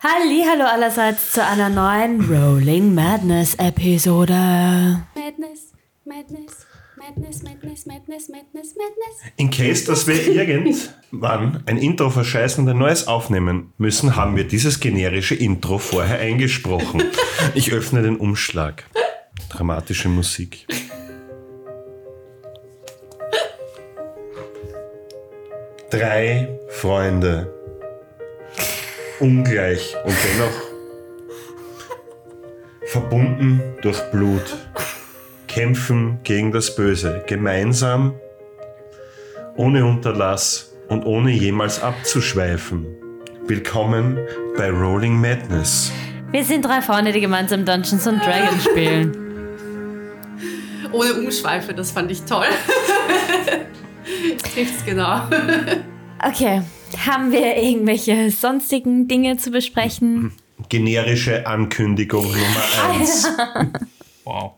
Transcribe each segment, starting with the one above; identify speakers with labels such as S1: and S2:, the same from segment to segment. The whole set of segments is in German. S1: Hallo allerseits zu einer neuen Rolling Madness Episode.
S2: Madness, Madness, Madness, Madness, Madness, Madness, Madness.
S3: In case, dass wir irgendwann ein Intro verscheißen und ein neues aufnehmen müssen, haben wir dieses generische Intro vorher eingesprochen. Ich öffne den Umschlag. Dramatische Musik. Drei Freunde. Ungleich und dennoch verbunden durch Blut. Kämpfen gegen das Böse. Gemeinsam ohne Unterlass und ohne jemals abzuschweifen. Willkommen bei Rolling Madness.
S1: Wir sind drei Freunde, die gemeinsam Dungeons and Dragons spielen.
S4: Ohne Umschweife, das fand ich toll. Trifft's genau.
S1: Okay, haben wir irgendwelche sonstigen Dinge zu besprechen?
S3: Generische Ankündigung Nummer 1.
S5: Wow.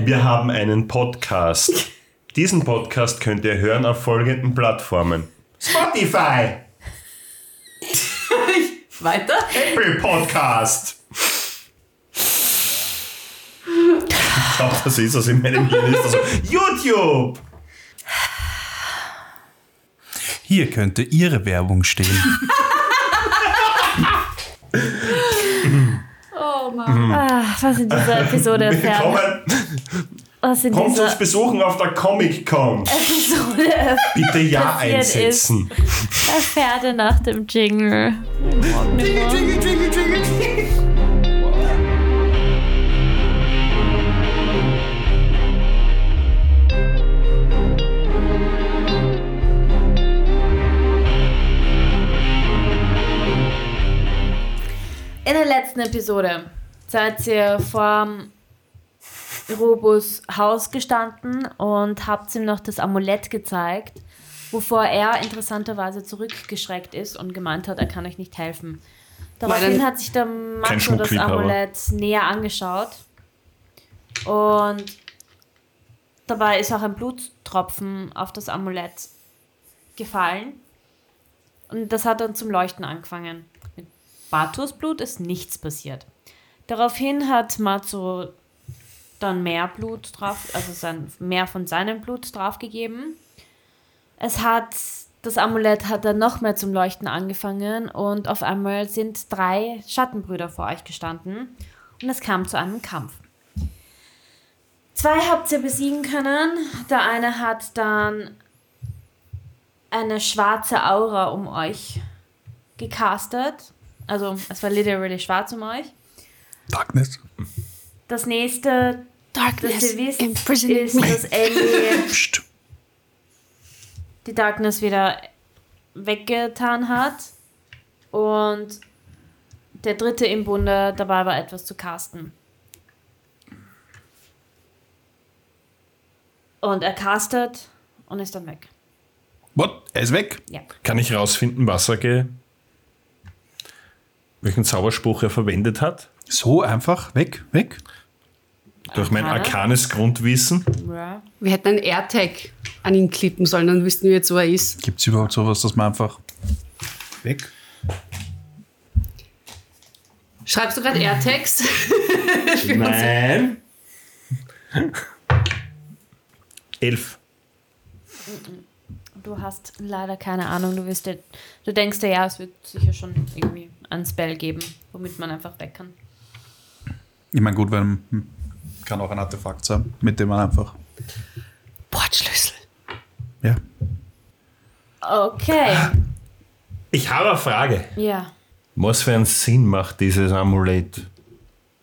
S3: Wir haben einen Podcast. Diesen Podcast könnt ihr hören auf folgenden Plattformen. Spotify,
S4: Weiter?
S3: Apple Podcast. Ich glaube, das ist was in meinem Hirn ist. Also YouTube.
S5: Hier könnte Ihre Werbung stehen.
S4: Oh Mann.
S1: Ach, Ah, was in dieser Episode fern?
S3: Willkommen.
S1: Was in
S3: Kommt uns
S1: dieser
S3: besuchen auf der Comic Con.
S1: Episode
S3: Bitte Ja
S1: passiert
S3: einsetzen.
S1: Pferde nach dem Jingle. In der letzten Episode seid ihr vorm Robos Haus gestanden und habt ihm noch das Amulett gezeigt, wovor er interessanterweise zurückgeschreckt ist und gemeint hat, er kann euch nicht helfen. Daraufhin
S4: Meinen-
S1: hat sich der Matzo das
S3: Schmuckliebhaber.
S1: Amulett näher angeschaut und dabei ist auch ein Bluttropfen auf das Amulett gefallen und das hat dann zum Leuchten angefangen. Mit Bartos Blut ist nichts passiert. Daraufhin hat Matzo dann mehr Blut drauf, also sein, mehr von seinem Blut draufgegeben. Es hat, das Amulett hat dann noch mehr zum Leuchten angefangen und auf einmal sind drei Schattenbrüder vor euch gestanden und es kam zu einem Kampf. Zwei habt ihr besiegen können. Der eine hat dann eine schwarze Aura um euch gecastet. Also es war literally schwarz um euch.
S5: Darkness.
S1: Das nächste, das ihr wisst, ist, dass Ellie
S5: Psst.
S1: die Darkness wieder weggetan hat. Und der dritte im Bunde dabei war, etwas zu casten. Und er castet und ist dann weg.
S3: What? Er ist weg?
S1: Ja.
S3: Kann ich rausfinden, was er ge... welchen Zauberspruch er verwendet hat?
S5: So einfach weg, weg.
S3: Durch mein
S1: Arcana.
S3: arkanes Grundwissen?
S1: Ja.
S4: Wir hätten einen AirTag an ihn klippen sollen, dann wüssten wir jetzt, wo er ist.
S5: Gibt es überhaupt sowas, dass man einfach weg?
S4: Schreibst du gerade AirTags?
S3: Nein. Elf.
S1: Du hast leider keine Ahnung. Du, wirst, dir- du denkst dir, ja, es wird sicher schon irgendwie ein Spell geben, womit man einfach weg kann.
S5: Ich meine, gut, wenn, hm, kann auch ein Artefakt sein, mit dem man einfach.
S4: Bordschlüssel.
S5: Ja.
S1: Okay.
S3: Ich habe eine Frage.
S1: Ja.
S3: Was für einen Sinn macht dieses Amulett?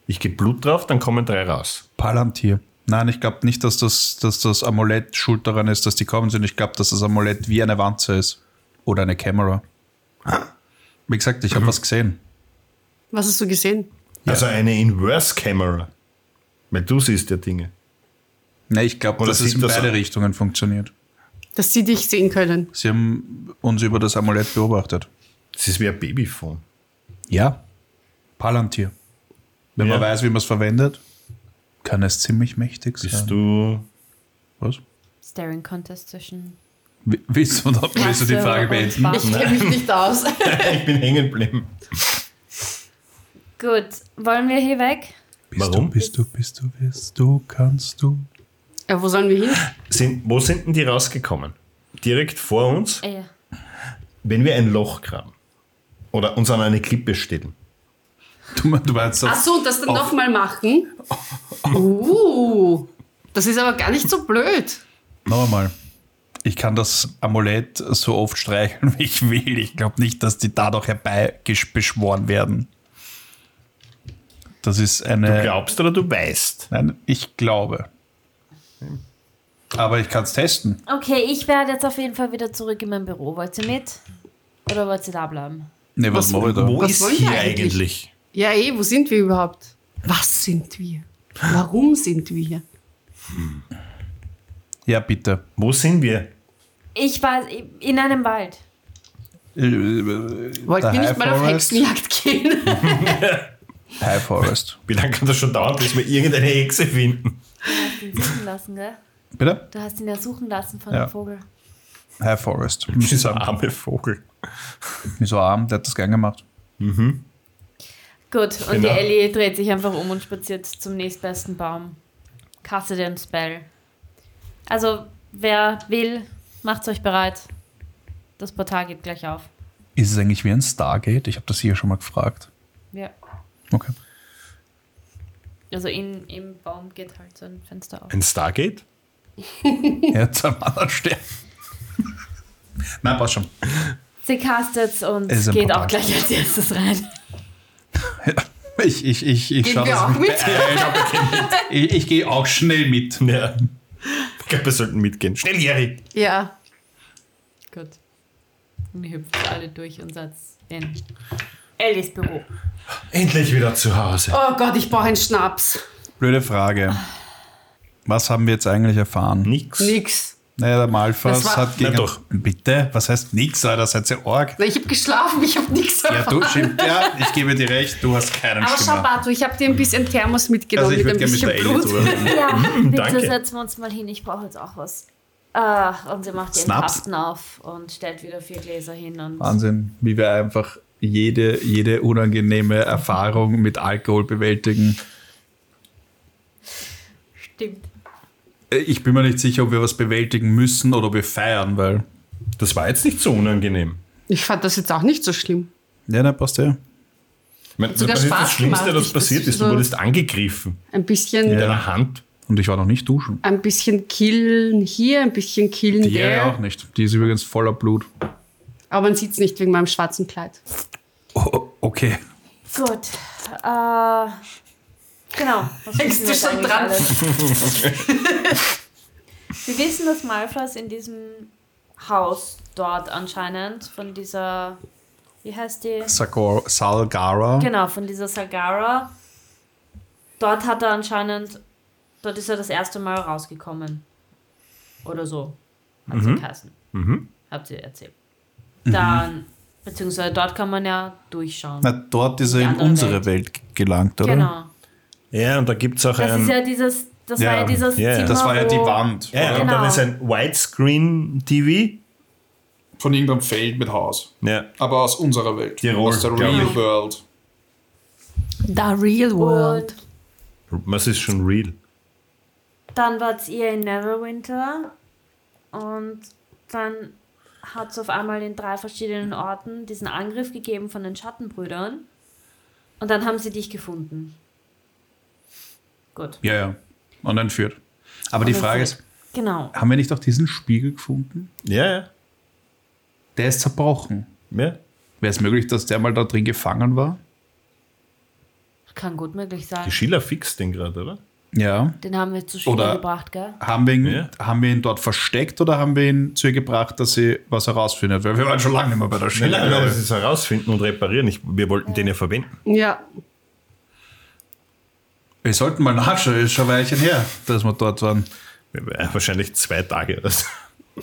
S3: Ich gebe Blut drauf, dann kommen drei raus.
S5: Palantir. Nein, ich glaube nicht, dass das, dass das Amulett schuld daran ist, dass die kommen sind. Ich glaube, dass das Amulett wie eine Wanze ist. Oder eine Kamera. Wie gesagt, ich habe was gesehen.
S4: Was hast du gesehen?
S3: Also eine Inverse Camera. Weil du siehst ja Dinge.
S5: Nee, ich glaube,
S3: Oder
S5: dass es
S3: sieht
S5: in
S3: das-
S5: beide Richtungen funktioniert.
S4: Dass sie dich sehen können.
S5: Sie haben uns über das Amulett beobachtet.
S3: Das ist wie ein Babyphone.
S5: Ja. Palantir. Wenn
S3: Ja.
S5: man weiß, wie man es verwendet, kann es ziemlich mächtig sein.
S3: Bist du.
S5: Was?
S1: Staring Contest zwischen.
S5: Wi- Willst du, willst du die
S1: Matze
S5: Frage
S1: und
S5: beenden?
S1: Bart.
S4: Ich kenne mich nicht aus.
S3: Ich bin hängen geblieben.
S6: Gut, wollen wir hier weg?
S5: Bist
S7: Warum?
S5: Du, bist du, bist du, bist du, kannst du.
S4: Ja, wo sollen wir hin?
S7: Sind, wo sind denn die rausgekommen? Direkt vor uns?
S6: Äh,
S3: Wenn wir ein Loch graben oder uns an eine Klippe stellen,
S5: Du, mein- du meinst so,
S4: Ach so, und das dann nochmal machen? Uh, das ist aber gar nicht so blöd.
S5: noch einmal. Ich kann das Amulett so oft streicheln, wie ich will. Ich glaube nicht, dass die dadurch herbeigeschworen werden. Das ist
S7: Äh.
S5: eine.
S3: glaubst oder du weißt?
S5: Nein, ich glaube. Aber ich kann es testen.
S6: Okay, ich werde jetzt auf jeden Fall wieder zurück in mein Büro. Wollt ihr mit? Oder wollt ihr da bleiben?
S5: Nee,
S4: Was-
S5: was, mache ich da?
S3: Wo
S4: Was
S3: ist
S4: wollen wir
S3: hier
S4: eigentlich?
S3: eigentlich?
S4: Ja, eh, wo sind wir überhaupt? Was sind wir? Warum sind wir hier?
S5: Ja, bitte.
S7: Wo sind wir?
S6: Ich weiß, in einem Wald.
S5: Äh,
S4: Wollten
S5: Wollten
S4: wir nicht mal auf Hexenjagd gehen?
S5: High Forest.
S7: Wie lange kann das schon dauern, bis wir irgendeine Hexe finden?
S6: Du hast ihn suchen lassen, gell?
S5: Bitte?
S6: Du hast ihn ja suchen lassen von
S5: Ja.
S6: dem Vogel.
S5: High Forest. Wie so, arm.
S7: Arme Vogel.
S5: Wie so arm, der hat das gern gemacht.
S6: Gut, und die
S7: Genau.
S6: Ellie dreht sich einfach um und spaziert zum nächstbesten Baum. Kasse den Spell. Also, wer will, macht's euch bereit. Das Portal geht gleich auf.
S5: Ist es eigentlich wie ein Stargate? Ich habe das hier schon mal gefragt.
S6: Ja.
S5: Okay.
S6: Also in, im Baum geht halt so ein Fenster auf.
S7: Ein Stargate?
S5: Jetzt am anderen Stern. Nein, passt schon.
S6: Sie castet's und
S5: Es ist ein
S6: geht
S5: Portal.
S6: auch gleich als erstes rein.
S5: Ich, ich, ich, ich
S4: Gehen
S5: schaue,
S4: wir
S5: dass
S4: auch
S5: ich mich
S4: mit?
S5: beeile. Ja, ich glaub, wir gehen mit. Ich, ich gehe auch schnell mit.
S7: Ja. Ich glaube, wir sollten mitgehen. Schnell, Jerry!
S4: Ja.
S6: Gut. Und ihr hüpft alle durch und setzt in Ellies Büro.
S7: Endlich wieder zu Hause.
S4: Oh Gott, ich brauche einen Schnaps.
S5: Blöde Frage. Was haben wir jetzt eigentlich erfahren?
S7: Nix.
S4: Nix.
S5: Naja, der Malfas
S4: Das war-
S5: hat gegen.
S7: Na doch.
S5: Bitte? Was heißt nix, Alter? Seid ihr Org?
S4: Na, ich habe geschlafen, ich habe nichts
S5: Ja,
S4: erfahren.
S5: du, stimmt. Ja, ich gebe dir recht, du hast keinen
S4: aber schau,
S5: Schimmer.
S4: Bato, ich habe dir ein bisschen Thermos mitgenommen
S5: Also, ich
S4: mit
S5: würde
S4: ein
S5: gerne mit
S4: bisschen
S5: der Ellie
S4: Blut.
S5: drüber reden.
S6: Ja, bitte
S7: danke.
S6: setzen wir uns mal hin. Ich brauche jetzt auch was. Ah, und sie macht ihren
S5: Snaps? Ah,
S6: Kasten auf und stellt wieder vier Gläser hin. Und
S5: Wahnsinn, wie wir einfach jede, jede unangenehme Erfahrung mit Alkohol bewältigen.
S6: Stimmt.
S5: Äh, Ich bin mir nicht sicher, ob wir was bewältigen müssen oder ob wir feiern, weil.
S7: Das war jetzt nicht so unangenehm.
S4: Ich fand das jetzt auch nicht so schlimm.
S5: Ja, nein, passt ja.
S7: Ich mein,
S4: Hat sogar
S7: das ist das
S4: Spaß
S7: Schlimmste,
S4: gemacht.
S7: das
S4: Ich-
S7: passiert
S4: das ist
S7: ist. Du
S4: so-
S7: wurdest angegriffen.
S4: Ein bisschen,
S5: Ja.
S7: Mit deiner Hand.
S5: Und ich war noch nicht duschen.
S4: ein bisschen killen hier, ein bisschen killen
S5: Die
S4: der.
S5: Jere auch nicht. Die ist übrigens voller Blut.
S4: Aber man sieht es nicht wegen meinem schwarzen Kleid.
S5: Oh, okay.
S6: Gut. Äh, genau. Was
S4: Hängst
S6: wissen
S4: du
S6: wir jetzt
S4: schon
S6: eigentlich
S4: dran?
S6: alles? wir wissen, dass Malfas in diesem Haus dort anscheinend von dieser. Wie heißt die?
S5: Sakor Salgara.
S6: Genau, von dieser Sagara. Dort hat er anscheinend, dort ist er das erste Mal rausgekommen. Oder so. Hat
S5: Mhm.
S6: sie geheißen. Habt ihr erzählt. Dann, beziehungsweise dort kann man ja durchschauen.
S5: Na, dort ist er in
S6: andere
S5: unsere Welt. gelangt, oder?
S6: Genau.
S7: Ja, und da gibt es auch
S6: Das
S7: ein.
S6: ist ja dieses, das war
S5: ja,
S6: ja dieses
S7: Ähm, ja,
S6: Zimmer,
S5: Das war ja
S6: wo,
S5: die Wand.
S7: ja, und
S6: genau.
S7: dann ist ein Widescreen-TV.
S5: Von irgendeinem Feld mit Haus.
S7: Ja.
S5: Aber aus unserer Welt.
S7: Tirol,
S5: aus der
S7: glaub
S5: Real
S7: ich.
S5: World.
S4: The real
S6: Und
S7: Was ist schon real?
S6: dann wart ihr in Neverwinter und dann hat es auf einmal in drei verschiedenen Orten diesen Angriff gegeben von den Schattenbrüdern und dann haben sie dich gefunden. Gut.
S5: Ja, ja. Und dann führt. Aber die Frage ist,
S6: Genau.
S5: haben wir nicht auch diesen Spiegel gefunden?
S7: Ja, ja.
S5: Der ist zerbrochen.
S7: ja.
S5: Wäre es möglich, dass der mal da drin gefangen war?
S6: Kann gut möglich sein.
S7: Die Schiller fixt den gerade, oder?
S5: Ja.
S6: Den haben wir zu Schule
S5: Oder-
S6: gebracht, gell?
S5: Haben wir, ihn,
S7: Ja.
S5: haben wir ihn dort versteckt oder haben wir ihn zu ihr gebracht, dass sie was herausfindet? Weil wir waren schon lange nicht mehr bei der
S7: Nein,
S5: Schule.
S7: nein, aber das ist herausfinden und reparieren. Ich, wir wollten den ja verwenden.
S4: Ja,
S5: wir sollten mal nachschauen, ist schon ein Weilchen her, dass wir dort waren.
S7: Ja, Wahrscheinlich zwei Tage oder so.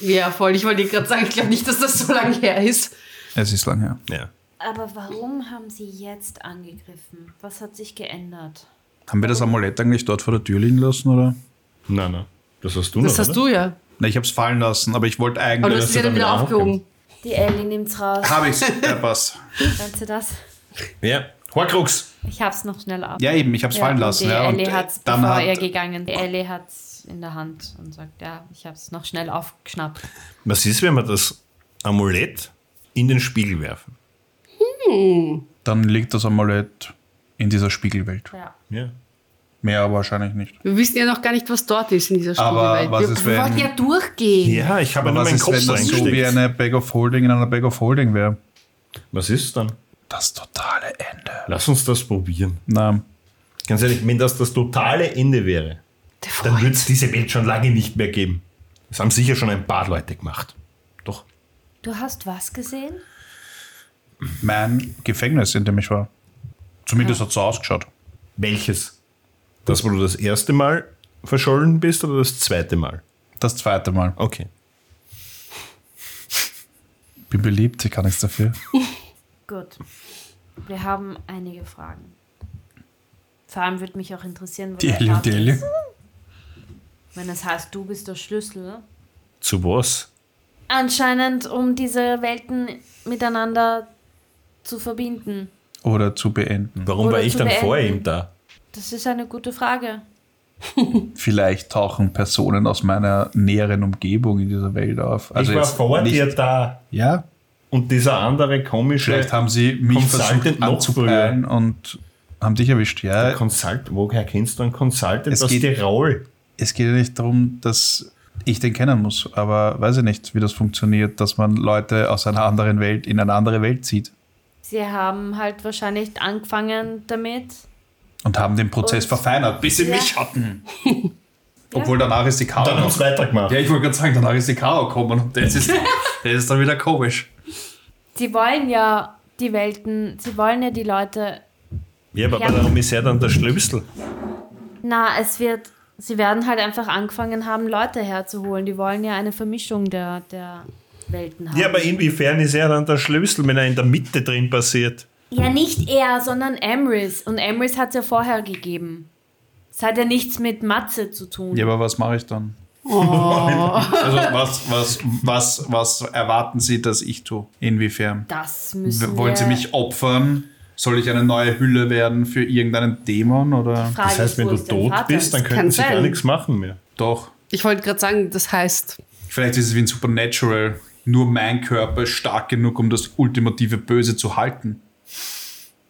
S4: ja, voll. Ich wollte gerade sagen, ich glaube nicht, dass das so lange her ist.
S5: Es ist lang her.
S7: Ja.
S6: Aber warum haben sie jetzt angegriffen? Was hat sich geändert?
S5: Haben wir das Amulett eigentlich dort vor der Tür liegen lassen, oder?
S7: Nein, nein. Das hast du
S4: Das
S7: noch,
S4: hast
S5: ne?
S7: oder?
S4: du ja.
S5: Na, ich habe es fallen lassen, aber ich wollte
S4: Aber du
S5: eigentlich.
S4: hast es ja dann wieder
S7: damit
S4: aufgehoben.
S6: Die Ellie nimmt's raus.
S5: Habe ich es. Ja, passt.
S6: Meinst du das?
S7: Ja,
S3: Horcrux!
S6: Ich hab's noch schnell ab.
S5: Ja, eben, ich hab's fallen lassen.
S6: Die
S5: Ja, und
S6: Ellie hat's,
S5: dann
S6: bevor
S5: hat-
S6: er gegangen. Die Ellie hat's in der Hand und sagt, ja, ich hab's noch schnell aufgeschnappt.
S3: Was ist, wenn wir das Amulett in den Spiegel werfen?
S5: Dann liegt das Amulett in dieser Spiegelwelt.
S6: Ja.
S3: Ja.
S5: Mehr wahrscheinlich nicht.
S4: Wir wissen ja noch gar nicht, was dort ist in dieser
S5: Aber
S4: Spiegelwelt.
S5: was
S4: Wir
S5: ist,
S4: wollten
S5: wenn-
S4: ja durchgehen.
S3: Ja, ich habe
S5: Aber
S3: nur
S5: was
S3: meinen
S5: ist,
S3: Kopf
S5: wenn das so wie
S3: reingesteckt.
S5: eine Bag of Holding in einer Bag of Holding wäre?
S3: Was ist dann?
S5: Das totale Ende.
S3: Lass uns das probieren.
S5: Nein.
S3: Ganz ehrlich, wenn das das totale Ende wäre, dann würde es diese Welt schon lange nicht mehr geben. Das haben sicher schon ein paar Leute gemacht. Doch.
S6: Du hast was gesehen?
S5: Mein Gefängnis, in dem ich war. Zumindest hat so ausgeschaut.
S3: Welches? Das, wo du das erste Mal verschollen bist oder das zweite Mal?
S5: Das zweite Mal.
S3: Okay.
S5: Bin beliebt, ich kann nichts dafür.
S6: Gut. Wir haben einige Fragen. Vor allem würde mich auch interessieren, wo
S5: Die
S6: der
S5: Ellie und
S6: Schatz
S5: die Ellie.
S6: ist. Wenn es heißt, du bist der Schlüssel.
S3: Zu was?
S6: Anscheinend, um diese Welten miteinander zu verbinden.
S5: Oder zu beenden.
S3: Warum
S6: Oder
S3: war ich
S6: zu
S3: dann
S6: beenden.
S3: vor ihm da?
S6: Das ist eine gute Frage.
S5: Vielleicht tauchen Personen aus meiner näheren Umgebung in dieser Welt auf. Also
S3: ich war
S5: jetzt
S3: vor
S5: nicht-
S3: dir da.
S5: Ja,
S3: Und dieser andere komische.
S5: Vielleicht haben sie mich
S3: Consultant
S5: versucht
S3: halt noch
S5: anzupeilen und haben dich erwischt. Ja,
S3: Consult, woher kennst du einen Consultant
S5: Es
S3: aus
S5: geht-
S3: Tirol?
S5: es geht ja nicht darum, dass ich den kennen muss, aber weiß ich nicht, wie das funktioniert, dass man Leute aus einer anderen Welt in eine andere Welt zieht
S6: Sie haben halt wahrscheinlich angefangen damit.
S5: und haben den Prozess
S6: Und-
S5: verfeinert, bis sie
S6: Ja.
S5: mich hatten. Obwohl danach ist die Karo.
S3: Dann haben sie weitergemacht.
S5: Ja, ich wollte gerade sagen, danach ist die Karo gekommen und das ist, das ist dann wieder komisch.
S6: Sie wollen ja die Welten, sie wollen ja die Leute.
S3: Ja, aber
S6: Ja.
S3: darum ist er dann der Schlüssel.
S6: Na, es wird, sie werden halt einfach angefangen haben, Leute herzuholen. Die wollen ja eine Vermischung der, der Welten haben.
S3: Ja, aber inwiefern ist er dann der Schlüssel, wenn er in der Mitte drin passiert?
S6: Ja, nicht er, sondern Emrys. Und Emrys hat es ja vorher gegeben. Es hat ja nichts mit Matze zu tun.
S5: Ja, aber was mache ich dann?
S6: Oh.
S5: Also was, was, was, was erwarten Sie, dass ich tue? Inwiefern?
S6: Das
S5: W-
S6: müssen
S5: Wollen
S6: wir
S5: Sie mich opfern? Soll ich eine neue Hülle werden für irgendeinen Dämon oder?
S6: fragen,
S3: Das heißt, wenn
S6: wo
S3: du
S6: ist dein
S3: tot
S6: Vater?
S3: bist, dann könnten
S4: Kann
S3: sie gar
S4: sein.
S3: nichts machen mehr.
S5: Doch.
S4: Ich wollte gerade sagen, das heißt,
S5: Vielleicht ist es wie ein Supernatural. Nur mein Körper ist stark genug, um das ultimative Böse zu halten.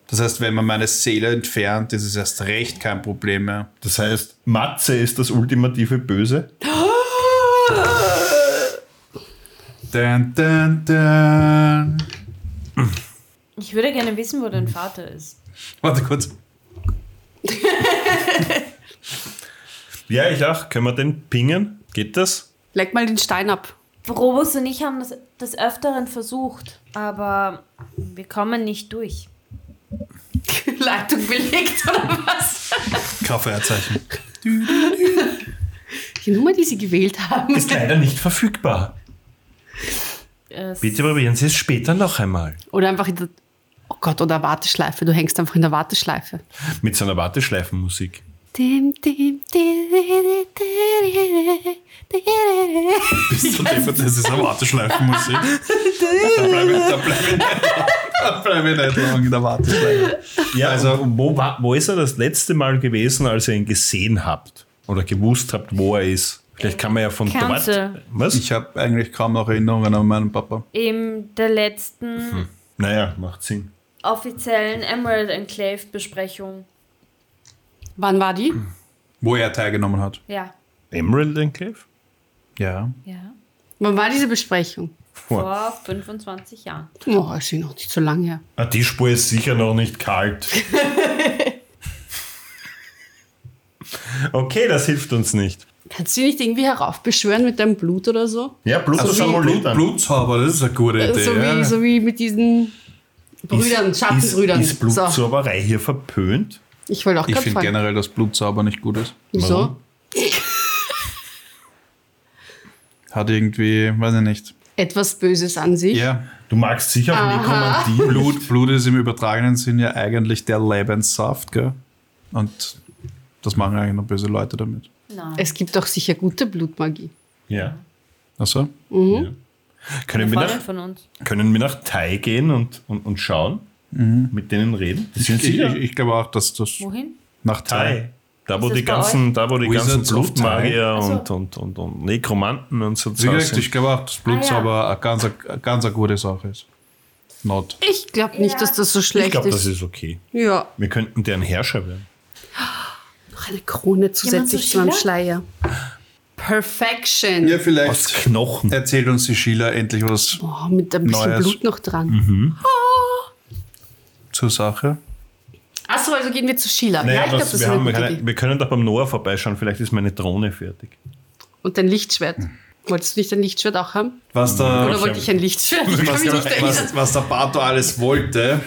S5: Das heißt, wenn man meine Seele entfernt, ist es erst recht kein Problem mehr.
S3: Das heißt, Matze ist das ultimative Böse.
S5: Dun, dun, dun.
S6: Ich würde gerne wissen, wo dein Vater ist.
S5: Warte kurz.
S3: Ja, ich auch. Können wir den pingen? Geht das?
S4: leck mal den Stein ab.
S6: Robus und ich haben das des Öfteren versucht, aber wir kommen nicht durch.
S4: Leitung belegt oder was?
S5: K-Feuerzeichen.
S4: Die Nummer, die sie gewählt haben.
S3: Ist leider nicht verfügbar.
S6: Es-
S3: Bitte probieren Sie es später noch einmal.
S4: Oder einfach in der. Oh Gott, oder Warteschleife. Du hängst einfach in der Warteschleife.
S3: Mit seiner Warteschleifenmusik.
S2: Dim, dim, dim, dim.
S5: Bist du deppert? Das ist eine Warteschleifenmusik. da bleibe ich, da bleib ich, nicht lang. da bleib ich nicht lang in der Warteschleife.
S3: Ja, also wo, war, wo ist er das letzte Mal gewesen, als ihr ihn gesehen habt? Oder gewusst habt, wo er ist? Vielleicht kann man ja von
S6: Kärnte.
S3: dort... Was?
S5: Ich habe eigentlich kaum noch Erinnerungen an meinen Papa.
S6: in der letzten
S3: Hm. naja, macht Sinn.
S6: offiziellen Emerald Enclave Besprechung.
S4: Wann war die?
S5: Wo er teilgenommen hat.
S6: Ja.
S3: Emerald Enclave?
S5: Ja.
S6: Ja.
S4: Wann war diese Besprechung?
S6: Vor 25 Jahren.
S4: Oh, ist ja noch nicht so lange her.
S3: Ah, die Spur ist sicher noch nicht kalt. okay, das hilft uns nicht.
S4: Kannst du die nicht irgendwie heraufbeschwören mit deinem Blut oder so? Also
S3: Ja, bloß
S5: Also so Blut, Blutzauber, das ist eine gute Idee.
S4: Äh, so,
S5: ja.
S4: wie, so wie mit diesen Brüdern, Schattenbrüdern.
S3: Ist, ist
S4: so.
S3: Blutsäuberei hier verpönt?
S4: Ich wollte auch
S5: ich
S4: gerade
S5: finde
S4: fragen.
S5: generell, dass Blutzauber nicht gut ist.
S4: Wieso?
S3: Warum?
S5: Hat irgendwie, weiß ich nicht.
S4: Etwas Böses an sich.
S5: Ja,
S3: Du magst sicher auch Nekromantie.
S5: Blut, Blut ist im übertragenen Sinn ja eigentlich der Lebenssaft, gell? Und das machen eigentlich nur böse Leute damit.
S6: Nein.
S4: Es gibt doch sicher gute Blutmagie.
S3: Ja.
S5: Achso?
S4: Mhm.
S3: ja. Können,
S6: Eine
S3: wir
S6: Freundin
S3: nach,
S6: von uns.
S3: können wir nach Thai gehen und, und, und schauen? mit denen reden. Die
S5: Mhm. Ich, ich, ich glaube auch, dass das
S6: Wohin?
S5: nach Thai.
S3: Thai. Da wo,
S6: Ist das
S3: die
S6: bei
S3: ganzen, da, wo die
S5: Wizards
S3: ganzen
S5: of
S3: Blutmagier
S6: Thai?
S4: Also-
S3: und, und, und, und Nekromanten und so
S5: Wie
S3: Zeug
S5: gesagt,
S3: sind.
S5: ich glaube auch, dass Blutsauber
S6: Ah,
S5: eine ganz, eine ganz eine gute Sache ist. Not.
S4: Ich glaube nicht, dass das so
S3: Ich
S4: schlecht
S3: glaube,
S4: ist.
S3: das ist okay.
S4: Ja,
S3: Wir könnten deren Herrscher werden.
S4: noch eine Krone
S6: Jemand
S4: zusätzlich
S6: zu
S4: zu einem Schleier.
S6: Schiller?
S4: Perfection.
S3: Aus
S5: vielleicht
S3: Knochen.
S5: erzählt uns die Sheila endlich was
S4: Oh, mit ein bisschen
S5: Neues.
S4: Blut noch dran.
S5: zur Sache.
S4: Achso, also gehen wir zu Sheila. ja, ich glaube,
S3: was-
S4: das ist
S3: wir,
S4: eine
S3: haben,
S4: gute
S3: keine,
S4: Idee.
S3: wir können doch beim Noah vorbeischauen, vielleicht ist meine Drohne fertig.
S4: Und dein Lichtschwert. Wolltest du nicht ein Lichtschwert auch haben?
S5: Was
S4: Oder
S5: der,
S4: wollte ich ein Lichtschwert? Ich kann
S5: was,
S4: mich nicht
S5: der,
S4: erinnern.
S5: was, was der Pato alles wollte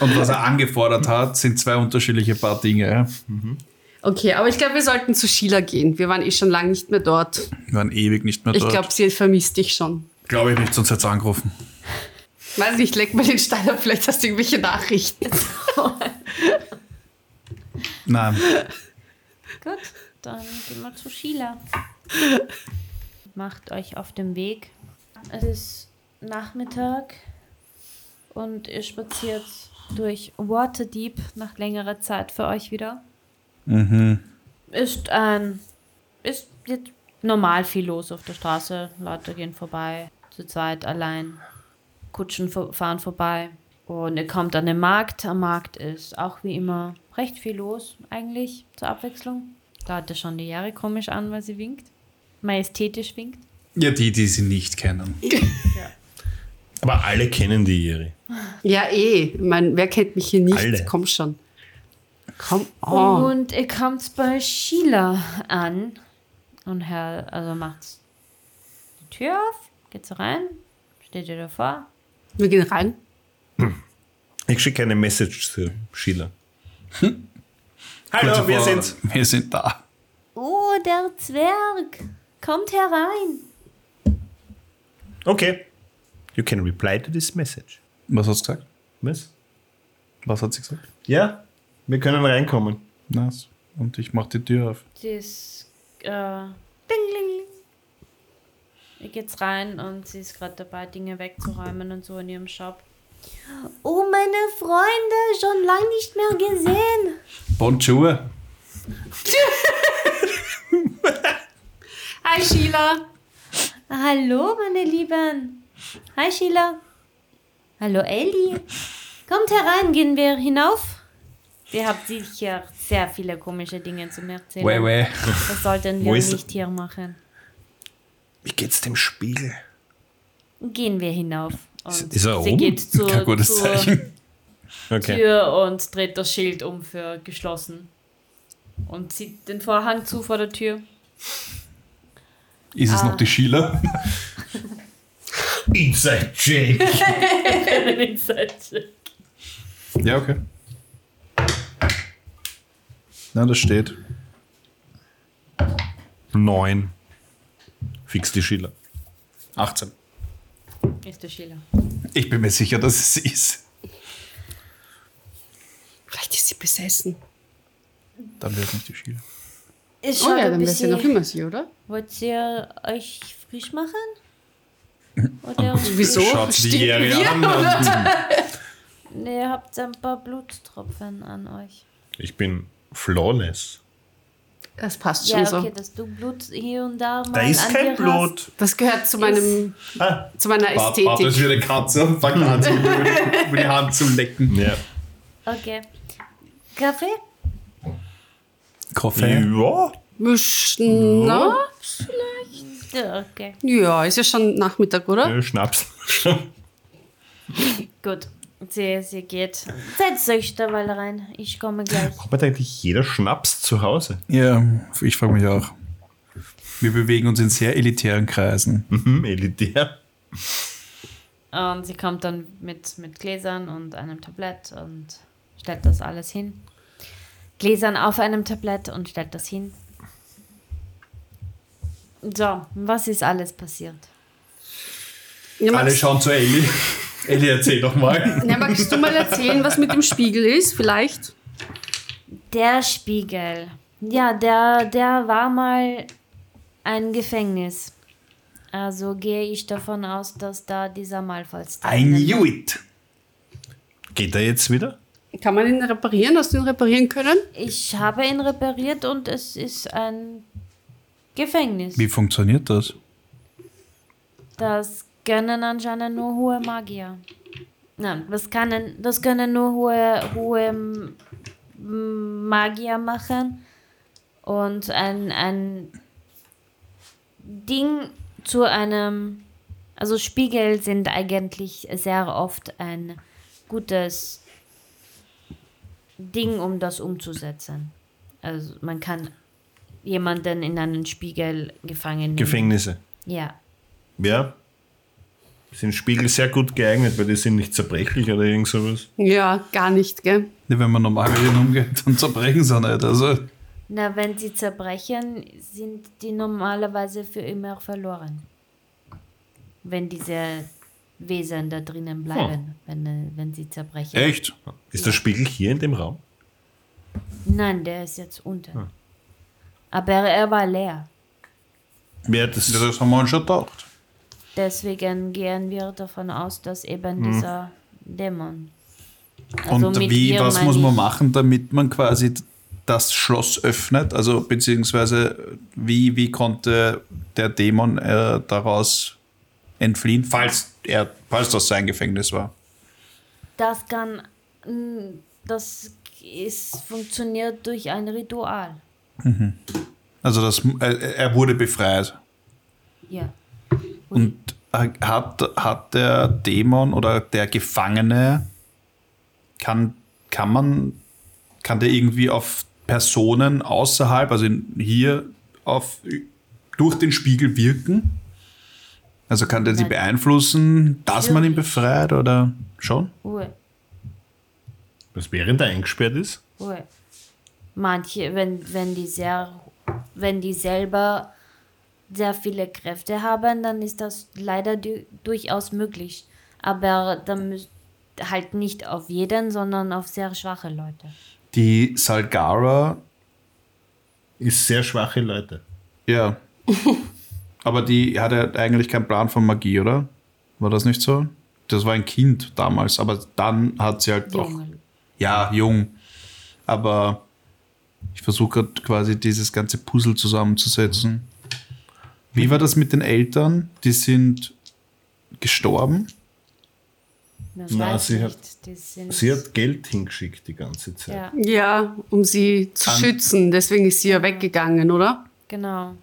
S5: und was er angefordert hat, sind zwei unterschiedliche paar Dinge. ja.
S4: Okay, aber ich glaube, wir sollten zu Sheila gehen. Wir waren eh schon lange nicht mehr dort.
S5: Wir waren ewig nicht mehr
S4: Ich
S5: dort.
S4: glaube, sie vermisst dich schon.
S5: Glaube ich nicht, sonst hätte angerufen.
S4: Weiß nicht, leck mal den Stein ab, vielleicht hast du irgendwelche Nachrichten.
S5: Nein.
S6: Gut, dann gehen wir zu Sheila. Macht euch auf den Weg. Es ist Nachmittag und ihr spaziert durch Waterdeep nach längerer Zeit für euch wieder. Ist ein. Ist jetzt normal viel los auf der Straße. Leute gehen vorbei, zu zweit allein. Kutschen vor- fahren vorbei. Und ihr kommt an den Markt. Am Markt ist auch wie immer recht viel los, eigentlich zur Abwechslung. Leute schauen die Jahre komisch an, weil sie winkt. Majestätisch winkt.
S5: Ja, die, die sie nicht kennen.
S3: Aber alle kennen die Jiri.
S4: Ja, eh. Ich meine, wer kennt mich hier nicht?
S3: Alle.
S4: Komm schon. Komm
S6: Oh.
S4: Oh, on.
S6: Und ihr kommt bei Sheila an. Und Herr, also macht die Tür auf, geht so rein, steht ihr davor.
S4: Wir gehen rein.
S3: Ich schicke eine Message zu Sheila. Hm? Hallo, wir sind.
S5: Wir sind da.
S6: Oh, der Zwerg, kommt herein.
S3: Okay. You can reply to this message.
S5: Was hat sie gesagt?
S3: Was?
S5: Was hat sie gesagt?
S3: Ja, wir können reinkommen.
S5: Nice. Und ich mach die Tür auf.
S6: Sie ist, äh, ding, ling, ling. Ihr geht's rein und sie ist gerade dabei, Dinge wegzuräumen und so in ihrem Shop. Oh, meine Freunde, schon lange nicht mehr gesehen.
S5: Bonjour.
S4: Hi, Sheila.
S6: Hallo, meine Lieben. Hi, Sheila. Hallo, Ellie. Kommt herein, gehen wir hinauf. Ihr habt sicher sehr viele komische Dinge zu mir erzählen.
S5: Wei, wei.
S6: Das sollten
S3: Wo
S6: wir
S3: ist-
S6: nicht hier machen.
S3: Wie geht's dem Spiegel?
S6: Gehen wir hinauf. Und
S3: Ist er
S6: sie
S3: oben?
S6: geht zur,
S5: Kein gutes
S6: zur
S5: Zeichen.
S3: Okay.
S6: Tür und dreht das Schild um für geschlossen. Und zieht den Vorhang zu vor der Tür.
S5: Ist es noch die Sheila?
S3: Inside Jake.
S5: Ja, okay. Na, das steht.
S3: Neun. Fix die Sheila.
S5: 18.
S6: Ist der Schiller.
S5: Ich bin mir sicher, dass es sie ist.
S4: Vielleicht ist sie besessen.
S5: Dann wäre es nicht die Sheila.
S6: Ist
S4: Oh
S6: schon
S4: ja,
S6: ein
S4: dann wäre sie
S6: bisschen.
S4: noch immer sie, oder?
S6: Wollt ihr euch frisch machen? Oder
S4: Wieso?
S5: Schaut die
S4: Stinken
S5: Jere
S4: wir,
S5: an
S4: oder?
S6: Nee, ihr habt ein paar Blutstropfen an euch.
S3: Ich bin flawless.
S4: Das passt schon
S6: Ja, okay,
S4: so.
S6: dass du Blut hier und da mal
S3: Da ist
S6: an
S3: kein
S6: dir Hast.
S3: Blut.
S4: Das gehört zu meinem, zu meiner Ästhetik.
S5: Warte, ist wie eine Katze und fangt an, sich über über die Hand zu lecken.
S3: Ja.
S6: Okay. Kaffee?
S5: Kaffee.
S3: Ja.
S4: Mischen, na?
S6: Ja, okay.
S4: ne? Ja, ist ja schon Nachmittag, oder?
S3: Äh, Schnaps.
S6: Gut. Sie, sie geht. Setzt euch derweil rein. Ich komme gleich.
S3: Hat eigentlich jeder Schnaps zu Hause?
S5: Ja, ich frage mich auch. Wir bewegen uns in sehr elitären Kreisen.
S3: Mhm, elitär.
S6: Und sie kommt dann mit, mit Gläsern und einem Tablett und stellt das alles hin. Gläsern auf einem Tablett und stellt das hin. So, was ist alles passiert?
S4: Ja,
S5: Alle
S4: magst,
S5: schauen zu Ellie. Ellie, erzähl doch mal.
S4: ja, magst du mal erzählen, was mit dem Spiegel ist, vielleicht?
S6: Der Spiegel. Ja, der, der war mal ein Gefängnis. Also gehe ich davon aus, dass da dieser Malfall ist.
S5: Ein Juit.
S3: Geht er jetzt wieder?
S4: Kann man ihn reparieren? Hast du ihn reparieren können?
S6: Ich habe ihn repariert und es ist ein Gefängnis.
S5: Wie funktioniert das?
S6: Das können anscheinend nur hohe Magier. Nein, das können, das können nur hohe, hohe M- M- Magier machen. Und ein, ein Ding zu einem. Also Spiegel sind eigentlich sehr oft ein gutes Ding, um das umzusetzen. Also man kann jemanden in einen Spiegel gefangen nehmen.
S3: Gefängnisse.
S6: ja.
S3: Ja. Sind Spiegel sehr gut geeignet, weil die sind nicht zerbrechlich oder irgend sowas.
S4: Ja, gar nicht, gell?
S5: Nee, wenn man normal mit ihnen umgeht, dann zerbrechen sie nicht. Also,
S6: Na, wenn sie zerbrechen, sind die normalerweise für immer verloren. Wenn diese Wesen da drinnen bleiben, wenn, äh, wenn sie zerbrechen.
S5: echt?
S3: Ist der Spiegel hier in dem Raum?
S6: Nein, der ist jetzt unten. Aber er war leer.
S3: Wer hat das?
S5: Ja, das haben wir uns schon gedacht.
S6: Deswegen gehen wir davon aus, dass eben dieser Dämon.
S5: Und wie,
S6: Also ihr
S5: was
S6: meine
S5: muss man
S6: ich-
S5: machen, damit man quasi das Schloss öffnet? Also, beziehungsweise, wie, wie konnte der Dämon äh, daraus entfliehen, falls, er, falls das sein Gefängnis war?
S6: Das kann. mm, Das ist, funktioniert durch ein Ritual.
S5: Also, das, äh, er wurde befreit.
S6: Ja.
S5: Und hat, hat der Dämon oder der Gefangene, kann, kann man, kann der irgendwie auf Personen außerhalb, also in, hier, auf, durch den Spiegel wirken? Also kann der sie
S6: Nein.
S5: beeinflussen, dass man ihn befreit oder schon?
S6: Ruhe,
S3: Was während er eingesperrt ist?
S6: Ruhe. Manche, wenn, wenn die sehr, wenn die selber sehr viele Kräfte haben, dann ist das leider du durchaus möglich. Aber dann müs- halt nicht auf jeden, sondern auf sehr schwache Leute.
S5: Die Salgara,
S3: Ist sehr schwache Leute.
S5: ja. Aber die hatte eigentlich keinen Plan von Magie, oder? War das nicht so? Das war ein Kind damals, aber dann hat sie halt doch.
S6: Junge.
S5: ja, jung. Aber ich versuche gerade quasi dieses ganze Puzzle zusammenzusetzen. Wie war das mit den Eltern? Die sind gestorben.
S6: Das
S3: Na,
S6: ne, weiß
S3: sie
S6: ich
S3: hat-
S6: nicht. Die sind,
S3: Sie hat Geld hingeschickt die ganze Zeit.
S6: ja,
S4: Ja, um sie zu
S5: An-
S4: schützen. Deswegen ist sie ja weggegangen, oder?
S6: genau.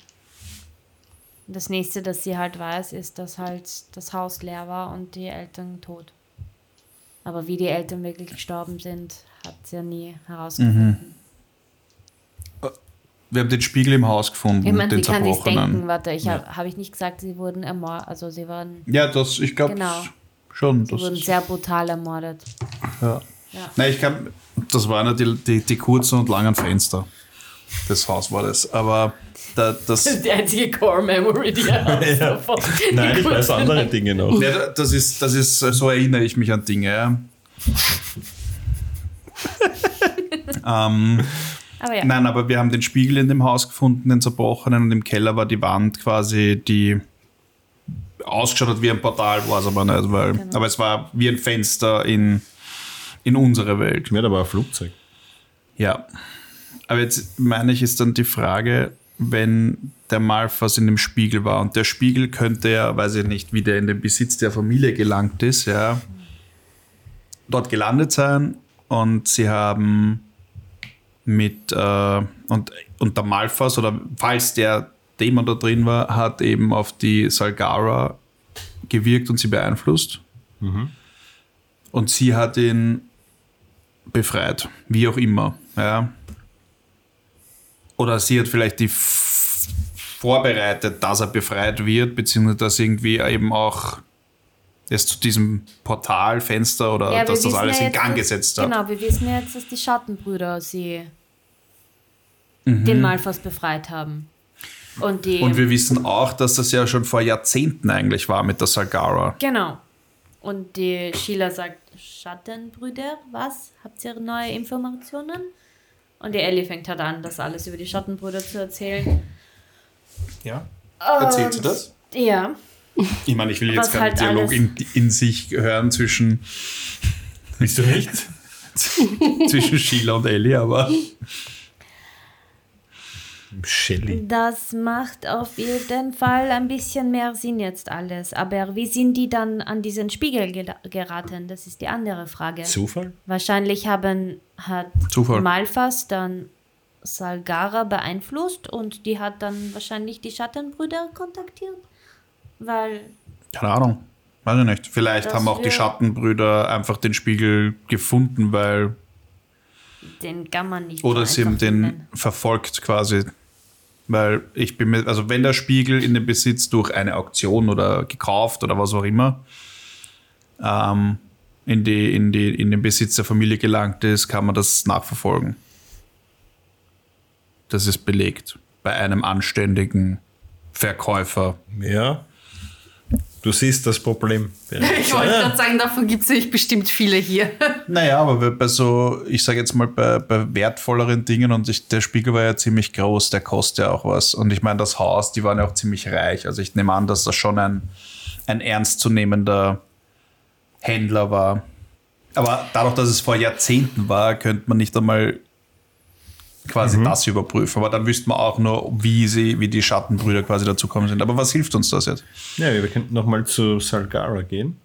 S6: Das nächste, das sie halt weiß, ist, dass halt das Haus leer war und die Eltern tot. Aber wie die Eltern wirklich gestorben sind, hat sie ja nie herausgefunden.
S5: Wir haben den Spiegel im Haus gefunden,
S6: Ich meine, sie
S5: den
S6: kann sich denken,
S5: zerbrochenen.
S6: warte, ich habe hab ich nicht gesagt, sie wurden ermordet, also sie wurden,
S5: Ja, das, ich glaube
S6: Genau.
S5: schon.
S6: sie
S5: Das
S6: wurden sehr brutal ermordet.
S5: ja.
S6: Ja.
S5: Nein, ich kann, das waren ja die, die, die kurzen und langen Fenster. Das Haus war das. Aber da, das,
S1: die einzige Core-Memory, die er hat. davon.
S3: Nein, ich weiß andere Dinge noch.
S5: Ja, da- das ist, das ist, so erinnere ich mich an Dinge. Ja. ähm,
S6: Aber ja,
S5: Nein, aber wir haben den Spiegel in dem Haus gefunden, den zerbrochenen, und im Keller war die Wand quasi, die ausgeschaut hat wie ein Portal, war es aber nicht, weil, aber es war wie ein Fenster in, in unsere Welt.
S3: Mir hat aber ein Flugzeug.
S5: Ja. Aber jetzt meine ich, ist dann die Frage, wenn der Malfas in dem Spiegel war und der Spiegel könnte ja, weiß ich nicht, wieder in den Besitz der Familie gelangt ist, ja, dort gelandet sein und sie haben mit, äh, und, und der Malfas oder falls der Dämon da drin war, hat eben auf die Salgara gewirkt und sie beeinflusst. Und sie hat ihn befreit, wie auch immer. Ja. Oder sie hat vielleicht die F vorbereitet, dass er befreit wird, beziehungsweise dass irgendwie eben auch es zu diesem Portalfenster oder
S6: ja, wir
S5: dass das
S6: wissen
S5: alles
S6: ja
S5: in
S6: jetzt,
S5: Gang
S6: dass-
S5: gesetzt hat.
S6: Genau, wir wissen ja jetzt, dass die Schattenbrüder sie den Malfas befreit haben. Und die,
S5: Mhm. Und wir wissen auch, dass das ja schon vor Jahrzehnten eigentlich war mit der Salgara.
S6: genau. Und die Sheila sagt, Schattenbrüder, was? Habt ihr neue Informationen? Und die Ellie fängt halt an, das alles über die Schattenbrüder zu erzählen.
S5: Ja. Erzählt sie das?
S6: Ja,
S5: Ich meine, ich will
S6: Ähm, Was
S5: jetzt keinen
S6: halt
S5: Dialog
S6: alles-
S5: in, in sich hören zwischen
S3: Bist du nicht?
S5: zwischen Sheila und Ellie, aber
S3: Shelly.
S6: Das macht auf jeden Fall ein bisschen mehr Sinn jetzt alles. Aber wie sind die dann an diesen Spiegel gel- geraten? Das ist die andere Frage.
S3: Zufall?
S6: Wahrscheinlich haben, hat
S5: Zufall.
S6: Malfas dann Salgara beeinflusst und die hat dann wahrscheinlich die Schattenbrüder kontaktiert. Weil
S5: keine Ahnung. Weiß ich nicht. Vielleicht
S6: Das
S5: haben auch die
S6: wär-
S5: Schattenbrüder einfach den Spiegel gefunden, weil.
S6: den kann man nicht.
S5: Oder
S6: so
S5: sie haben
S6: einfach
S5: den
S6: nennen.
S5: verfolgt quasi. Weil ich bin mir. Also, wenn der Spiegel in den Besitz durch eine Auktion oder gekauft oder was auch immer ähm, in, die, in, die, in den Besitz der Familie gelangt ist, kann man das nachverfolgen. Das ist belegt. Bei einem anständigen Verkäufer.
S3: Ja. Du siehst das Problem. Ah.
S4: Ich wollte gerade sagen, davon gibt es nämlich bestimmt viele hier.
S5: Naja, aber wir- bei so, ich sage jetzt mal, bei, bei wertvolleren Dingen und ich, der Spiegel war ja ziemlich groß, der kostet ja auch was. Und ich meine, das Haus, die waren ja auch ziemlich reich. Also ich nehme an, dass das schon ein, ein ernstzunehmender Händler war. Aber dadurch, dass es vor Jahrzehnten war, könnte man nicht einmal quasi das überprüfen. Aber dann wüsste man auch nur, wie sie, wie die Schattenbrüder quasi dazukommen sind. Aber was hilft uns das jetzt?
S3: Ja, wir könnten nochmal zu Salgara gehen,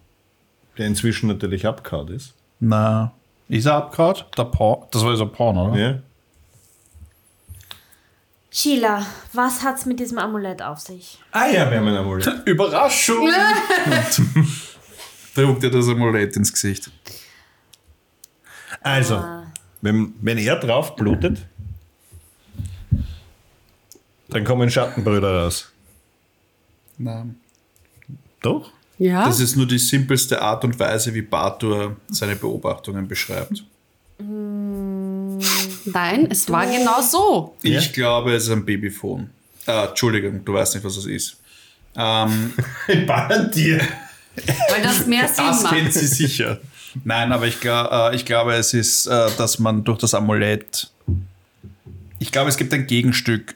S3: der inzwischen natürlich abgehauen ist.
S5: Na, ist er abgehauen? Der Porn, das war dieser Porn, oder?
S3: Ja.
S6: Sheila, was hat's mit diesem Amulett auf sich?
S3: Ah ja, wir haben ein Amulett.
S5: Überraschung! Druckt dir das Amulett ins Gesicht.
S3: Also,
S4: Ah.
S3: wenn, wenn er drauf blutet, dann kommen Schattenbrüder raus.
S5: Nein. Ah.
S3: Doch?
S4: Ja.
S5: Das ist nur die simpelste Art und Weise, wie Bartur seine Beobachtungen beschreibt.
S4: Nein, es war genau so.
S5: Ich glaube, es ist ein Babyphone. Ah, Entschuldigung, du weißt nicht, was das ist. Ähm,
S3: Balantier.
S4: Weil das mehr Sinn
S5: das kennt
S4: macht.
S5: sie sicher. Nein, aber ich, gla- äh, ich glaube, es ist, äh, dass man durch das Amulett. Ich glaube, es gibt ein Gegenstück,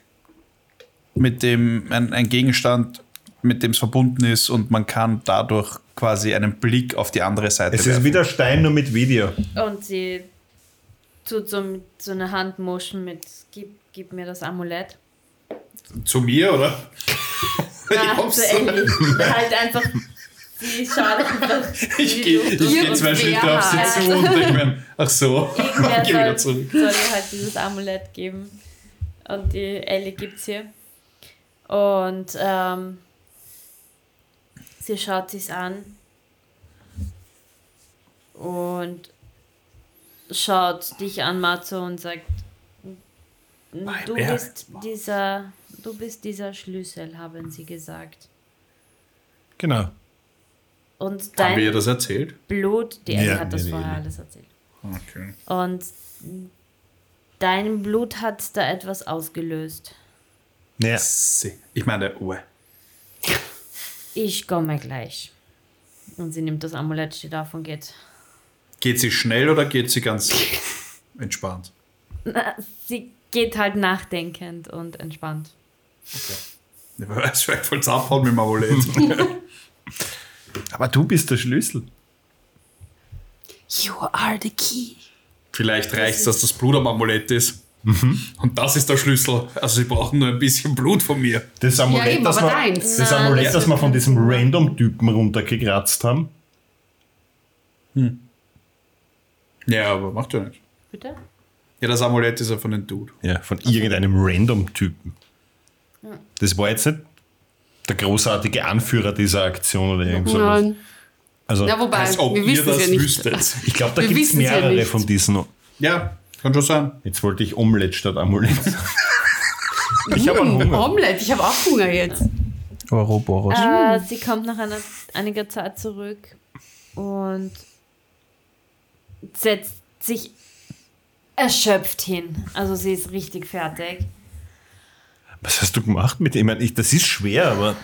S5: mit dem ein, ein Gegenstand, mit dem es verbunden ist und man kann dadurch quasi einen Blick auf die andere Seite
S3: Es ist wieder Stein nur mit Video.
S6: Und sie tut so, mit, so eine Handmotion mit, gib, gib mir das Amulett.
S5: Zu mir, oder?
S6: Ja,
S5: hoff's.
S6: so Ellie. halt einfach. Sie schaut einfach.
S5: Ich gehe ich geh
S4: und
S5: zwei
S4: wer
S5: Schritte auf sie
S4: halt.
S5: zu und denke mir, ach so,
S6: Irgendwer
S5: geh wieder
S6: soll,
S5: zurück.
S6: soll ihr halt dieses Amulett geben. Und die Ellie gibt's hier. Und ähm, sie schaut sich's an. Und schaut dich an, Matzo, und sagt: Du bist dieser. Du bist dieser Schlüssel, haben sie gesagt.
S3: Genau.
S6: Und
S5: Haben wir
S6: dein
S5: ihr das erzählt?
S6: Blut, die Ellie
S3: Ja,
S6: hat das
S3: nee, nee,
S6: vorher
S3: nee.
S6: alles erzählt.
S5: Okay.
S6: Und dein Blut hat da etwas ausgelöst.
S3: Ja.
S5: Sie- Ich meine, oh.
S6: Ich komme gleich. Und sie nimmt das Amulett, steht auf und geht.
S5: geht sie schnell oder geht sie ganz entspannt?
S6: Na, sie geht halt nachdenkend und entspannt.
S5: Ich weiß, vielleicht voll abhauen mit dem Amulett.
S3: Aber du bist der Schlüssel.
S4: You are the key.
S5: vielleicht reicht es, dass das Mhm. Blut am Amulett ist. Und das ist der Schlüssel. Also sie brauchen nur ein bisschen Blut von mir.
S3: Das Amulett,
S4: eben,
S3: das,
S4: aber
S3: wir,
S4: deins.
S3: das,
S6: Nein,
S3: Amulett
S6: das
S3: das, wir von diesem Random-Typen runtergekratzt haben.
S5: Ja, aber macht ja nicht.
S6: Bitte?
S5: Ja, das Amulett ist ja von dem Dude.
S3: Ja, von irgendeinem Random-Typen. Das war jetzt nicht der großartige Anführer dieser Aktion oder irgend sowas.
S4: Nein.
S3: Also,
S4: Ja, wobei,
S5: Als ob
S4: wir
S5: ihr
S4: wissen es
S5: das
S4: ja nicht.
S5: wüsstet.
S3: ich glaube, da
S4: wir
S3: gibt es
S4: wissen's ja
S3: mehrere
S4: nicht.
S3: von diesen.
S5: Ja, kann schon sein.
S3: Jetzt wollte ich Omelette statt Amulett.
S4: Ich habe Hm, Omelette, ich habe auch Hunger jetzt.
S5: Ouroboros.
S6: Äh, sie kommt nach einer, einiger Zeit zurück und setzt sich erschöpft hin. Also sie ist richtig fertig.
S3: Was hast du gemacht mit dem? Ich meine, ich, das ist schwer, aber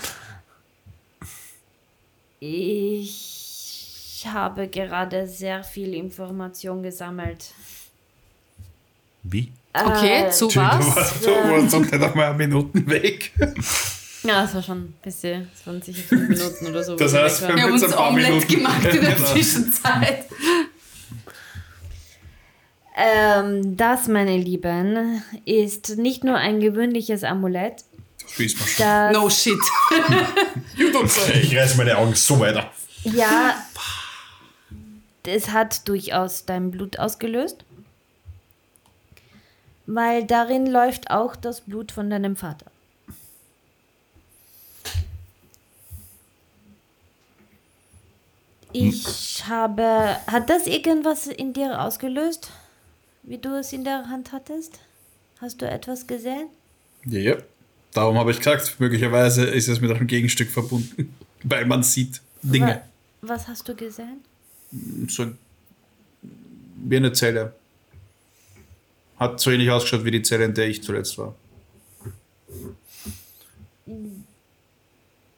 S6: Ich habe gerade sehr viel Information gesammelt.
S3: wie?
S4: Okay,
S6: Äh,
S4: zu was?
S5: Du warst doch nicht einmal Minuten weg.
S6: Ja, das war schon ein bisschen, das waren sicher fünf Minuten oder so. wo
S5: Das
S6: sie
S5: heißt,
S6: weg
S5: wir
S6: waren.
S4: Wir haben
S5: Jetzt
S4: uns
S5: ein paar
S4: Omelette
S5: Minuten.
S4: gemacht in der Zwischenzeit.
S6: Ähm, das, meine Lieben, ist nicht nur ein gewöhnliches Amulett,
S5: Schließ mal.
S6: das
S4: No shit.
S3: Ich reiß meine Augen so weit auf.
S6: ja, es hat durchaus dein Blut ausgelöst, weil darin läuft auch das Blut von deinem Vater. Ich habe. Hat das irgendwas in dir ausgelöst, wie du es in der Hand hattest? Hast du etwas gesehen?
S5: Ja, ja. Darum habe ich gesagt, möglicherweise ist es mit einem Gegenstück verbunden, weil man sieht Dinge.
S6: Wa- Was hast du gesehen?
S5: So ein- wie eine Zelle. Hat so ähnlich ausgeschaut wie die Zelle, in der ich zuletzt war.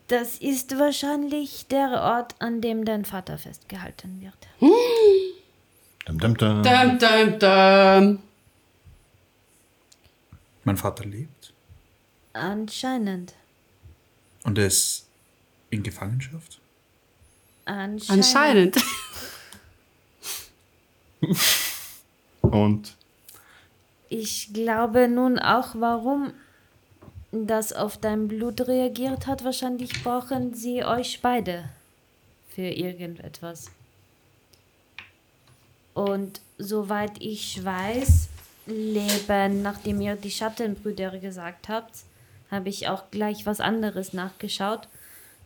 S6: Das ist wahrscheinlich der Ort, an dem dein Vater festgehalten wird.
S3: Dum, dum, dum.
S4: Dum, dum, dum.
S5: Mein Vater lebt
S6: Anscheinend.
S5: und er ist in Gefangenschaft.
S6: Anscheinend.
S4: Anscheinend.
S3: Und
S6: Ich glaube nun auch, warum das auf dein Blut reagiert hat. Wahrscheinlich brauchen sie euch beide für irgendetwas. Und soweit ich weiß, leben, nachdem ihr die Schattenbrüder gesagt habt, habe ich auch gleich was anderes nachgeschaut.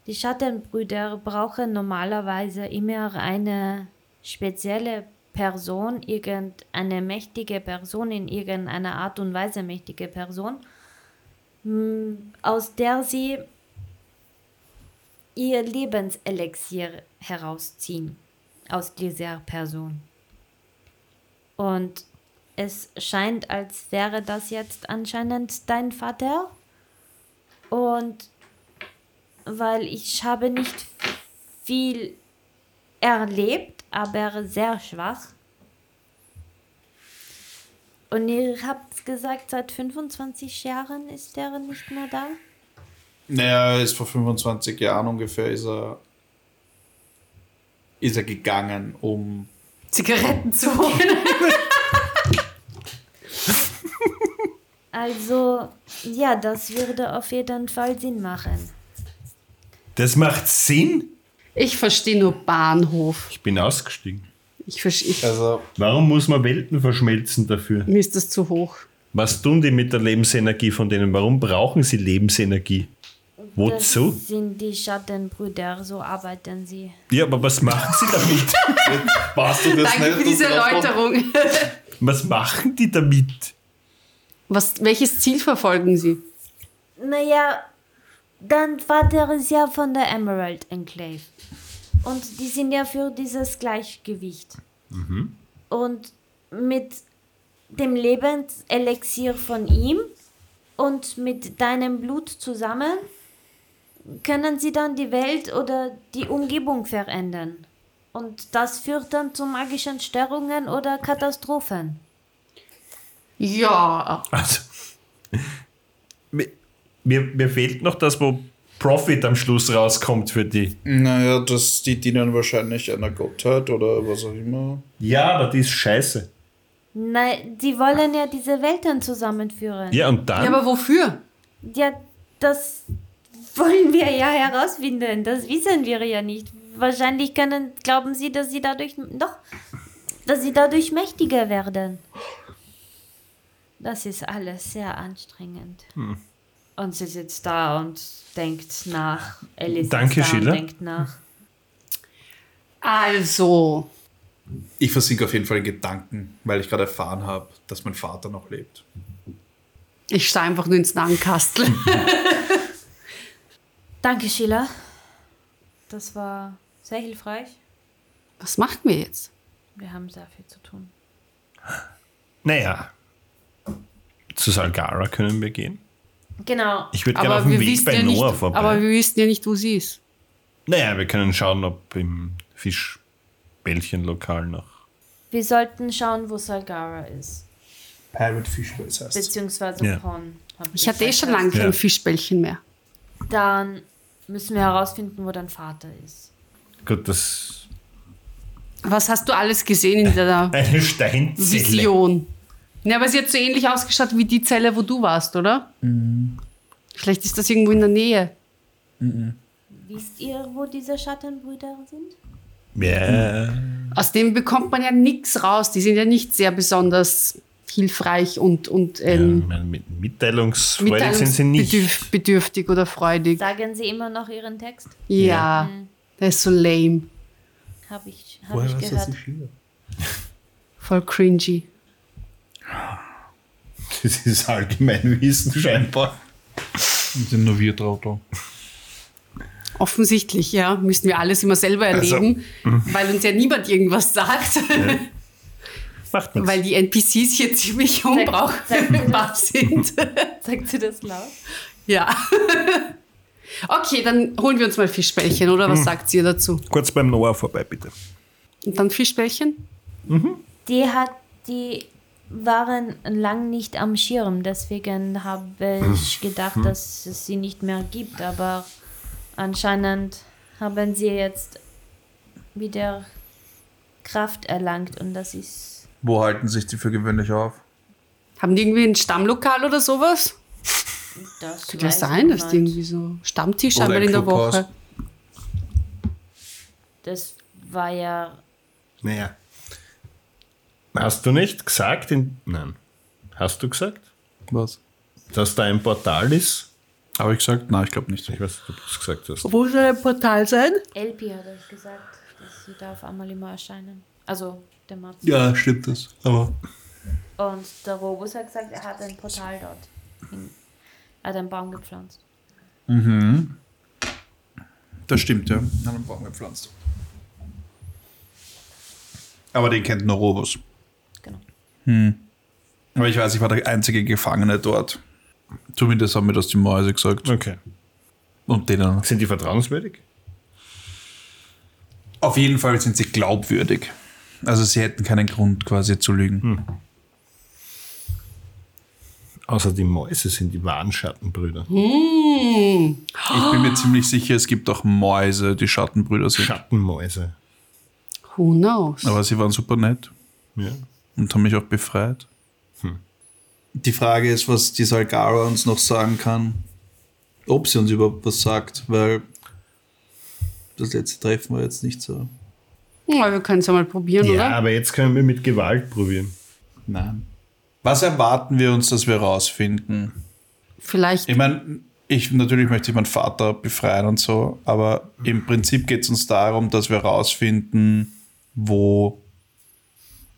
S6: Die Schattenbrüder brauchen normalerweise immer eine spezielle Person, irgendeine mächtige Person, in irgendeiner Art und Weise mächtige Person, m, aus der sie ihr Lebenselixier herausziehen, aus dieser Person. Und es scheint, als wäre das jetzt anscheinend dein Vater. Und weil ich habe nicht viel erlebt, aber sehr schwach. Und ihr habt gesagt, seit 25 Jahren ist der nicht mehr da?
S5: Naja, er ist vor 25 Jahren ungefähr, ist er, ist er gegangen, um
S4: Zigaretten zu holen.
S6: Also, ja, das würde auf jeden Fall Sinn machen.
S3: das macht Sinn?
S4: Ich verstehe nur Bahnhof.
S3: Ich bin ausgestiegen.
S4: Ich verstehe.
S5: also
S3: Warum muss man Welten verschmelzen dafür?
S4: Mir ist das zu hoch.
S3: Was tun die mit der Lebensenergie von denen? Warum brauchen sie Lebensenergie? Wozu?
S6: Das sind die Schattenbrüder, so arbeiten sie.
S3: Ja, aber was machen sie damit?
S5: warst du das
S4: Danke
S5: nicht?
S4: für diese Erläuterung.
S3: Was machen die damit?
S4: Was, welches Ziel verfolgen Sie?
S6: Naja, dann war der ist ja von der Emerald Enclave. Und die sind ja für dieses Gleichgewicht. Und mit dem Lebenselixier von ihm und mit deinem Blut zusammen können sie dann die Welt oder die Umgebung verändern. Und das führt dann zu magischen Störungen oder Katastrophen.
S4: Ja.
S3: Also, mir, mir, mir fehlt noch das, wo Profit am Schluss rauskommt für die.
S5: Naja, das, die dienen wahrscheinlich einer Gottheit oder was auch immer.
S3: Ja, aber die ist scheiße.
S6: Nein, sie wollen ja diese Welten zusammenführen.
S3: Ja, und dann?
S4: Ja, aber wofür?
S6: Ja, das wollen wir ja herausfinden. Das wissen wir ja nicht. Wahrscheinlich können, glauben sie, dass sie dadurch doch, dass sie dadurch mächtiger werden. Das ist alles sehr anstrengend. Und sie sitzt da und denkt nach. Alice
S3: Danke,
S6: sitzt da
S3: Schiller.
S6: Und denkt nach.
S4: Also.
S5: Ich versinke auf jeden Fall in Gedanken, weil ich gerade erfahren habe, dass mein Vater noch lebt.
S4: Ich stehe einfach nur ins Narrenkastel.
S6: Danke, Schiller. Das war sehr hilfreich.
S4: Was machen wir jetzt?
S6: Wir haben sehr viel zu tun.
S3: Naja. Zu Salgara können wir gehen.
S6: Genau.
S3: Ich würde gerne auf dem Weg bei
S4: ja
S3: Noah
S4: nicht,
S3: vorbei.
S4: aber wir wissen ja nicht, wo sie ist.
S3: naja, wir können schauen, ob im Fischbällchenlokal noch.
S6: Wir sollten schauen, wo Salgara ist.
S5: Pirate Fish, das heißt.
S6: Beziehungsweise
S3: Ja.
S6: Porn. hab
S4: Ich hatte eh schon
S6: vergessen.
S4: lange kein
S3: Ja.
S4: Fischbällchen mehr.
S6: Dann müssen wir herausfinden, wo dein Vater ist.
S3: Gut, das
S4: Was hast du alles gesehen in deiner
S3: Eine Steinzelle.
S4: Vision? Ja, aber sie hat so ähnlich ausgeschaut wie die Zelle, wo du warst, oder?
S3: Mhm.
S4: Vielleicht ist das irgendwo in der Nähe.
S6: Wisst ihr, wo diese Schattenbrüder sind?
S3: Ja.
S4: Aus dem bekommt man ja nichts raus. Die sind ja nicht sehr besonders hilfreich und, und ähm,
S3: Meine, mit- mitteilungsfreudig sind sie nicht.
S4: mitteilungsbedürftig oder freudig.
S6: Sagen sie immer noch ihren Text?
S4: Ja, der ist so lame.
S6: Habe ich, hab ich gehört.
S4: Voll cringy.
S3: Das ist allgemein Wissen scheinbar.
S5: Sind nur wir drauf da.
S4: Offensichtlich, ja. Müssen wir alles immer selber
S5: Also,
S4: erleben,
S5: mhm.
S4: weil uns ja niemand irgendwas sagt,
S3: Macht nichts.
S4: weil die NPCs hier ziemlich unbrauchbar sind.
S6: Sagt sie das laut?
S4: ja. Okay, dann holen wir uns mal Fischbällchen, oder?
S5: Mhm.
S4: Was sagt ihr dazu?
S3: Kurz beim Noah vorbei, bitte.
S4: Und dann Fischbällchen?
S6: Die hat, die waren lang nicht am Schirm, deswegen habe ich gedacht, dass es sie nicht mehr gibt, aber anscheinend haben sie jetzt wieder Kraft erlangt und das ist
S5: Wo halten sich die für gewöhnlich auf?
S4: Haben die irgendwie ein Stammlokal oder sowas?
S6: das.
S4: Könnte ja
S6: weiß
S4: sein, dass die
S6: niemand.
S4: irgendwie so Stammtisch
S5: Oder
S4: haben
S5: ein
S4: in der
S5: Clubhaus.
S4: Woche.
S6: Das war ja.
S3: Naja. Hast du nicht gesagt, in, nein, hast du gesagt,
S5: Was?
S3: dass da ein Portal ist?
S5: Habe ich gesagt? Nein, ich glaube nicht.
S3: Ich weiß nicht, ob du es gesagt hast.
S4: Wo soll ein Portal sein?
S6: Elpi hat euch gesagt, dass sie da auf einmal immer erscheinen. Also der Map.
S5: Ja, stimmt das. Aber
S6: Und der Robus hat gesagt, er hat ein Portal dort. hin- Er hat einen Baum gepflanzt.
S5: das stimmt, ja. Na, dann brauchen wir Pflanzen. Aber den kennt nur Robus.
S6: Genau.
S5: Aber ich weiß, ich war der einzige Gefangene dort. Zumindest haben mir das die Mäuse gesagt.
S3: Okay.
S5: Und denen.
S3: Sind die vertrauenswürdig?
S5: Auf jeden Fall sind sie glaubwürdig. Also sie hätten keinen Grund quasi zu lügen.
S3: Außer die Mäuse sind die wahren Schattenbrüder.
S5: Hm. Ich bin mir ziemlich sicher, es gibt auch Mäuse, die Schattenbrüder sind.
S3: Schattenmäuse.
S4: Who knows?
S5: Aber sie waren super nett
S3: Ja.
S5: und haben mich auch befreit. Hm. Die Frage ist, was die Salgara uns noch sagen kann.
S8: ob sie uns überhaupt was sagt, weil das letzte Treffen war jetzt nicht so.
S4: Ja, wir können es ja mal
S5: Also
S4: probieren,
S3: ja,
S4: oder?
S3: aber jetzt können wir mit Gewalt probieren.
S5: Nein. Was erwarten wir uns, dass wir rausfinden?
S4: Vielleicht
S5: Ich meine, ich, natürlich möchte ich meinen Vater befreien und so, aber im Prinzip geht es uns darum, dass wir rausfinden, wo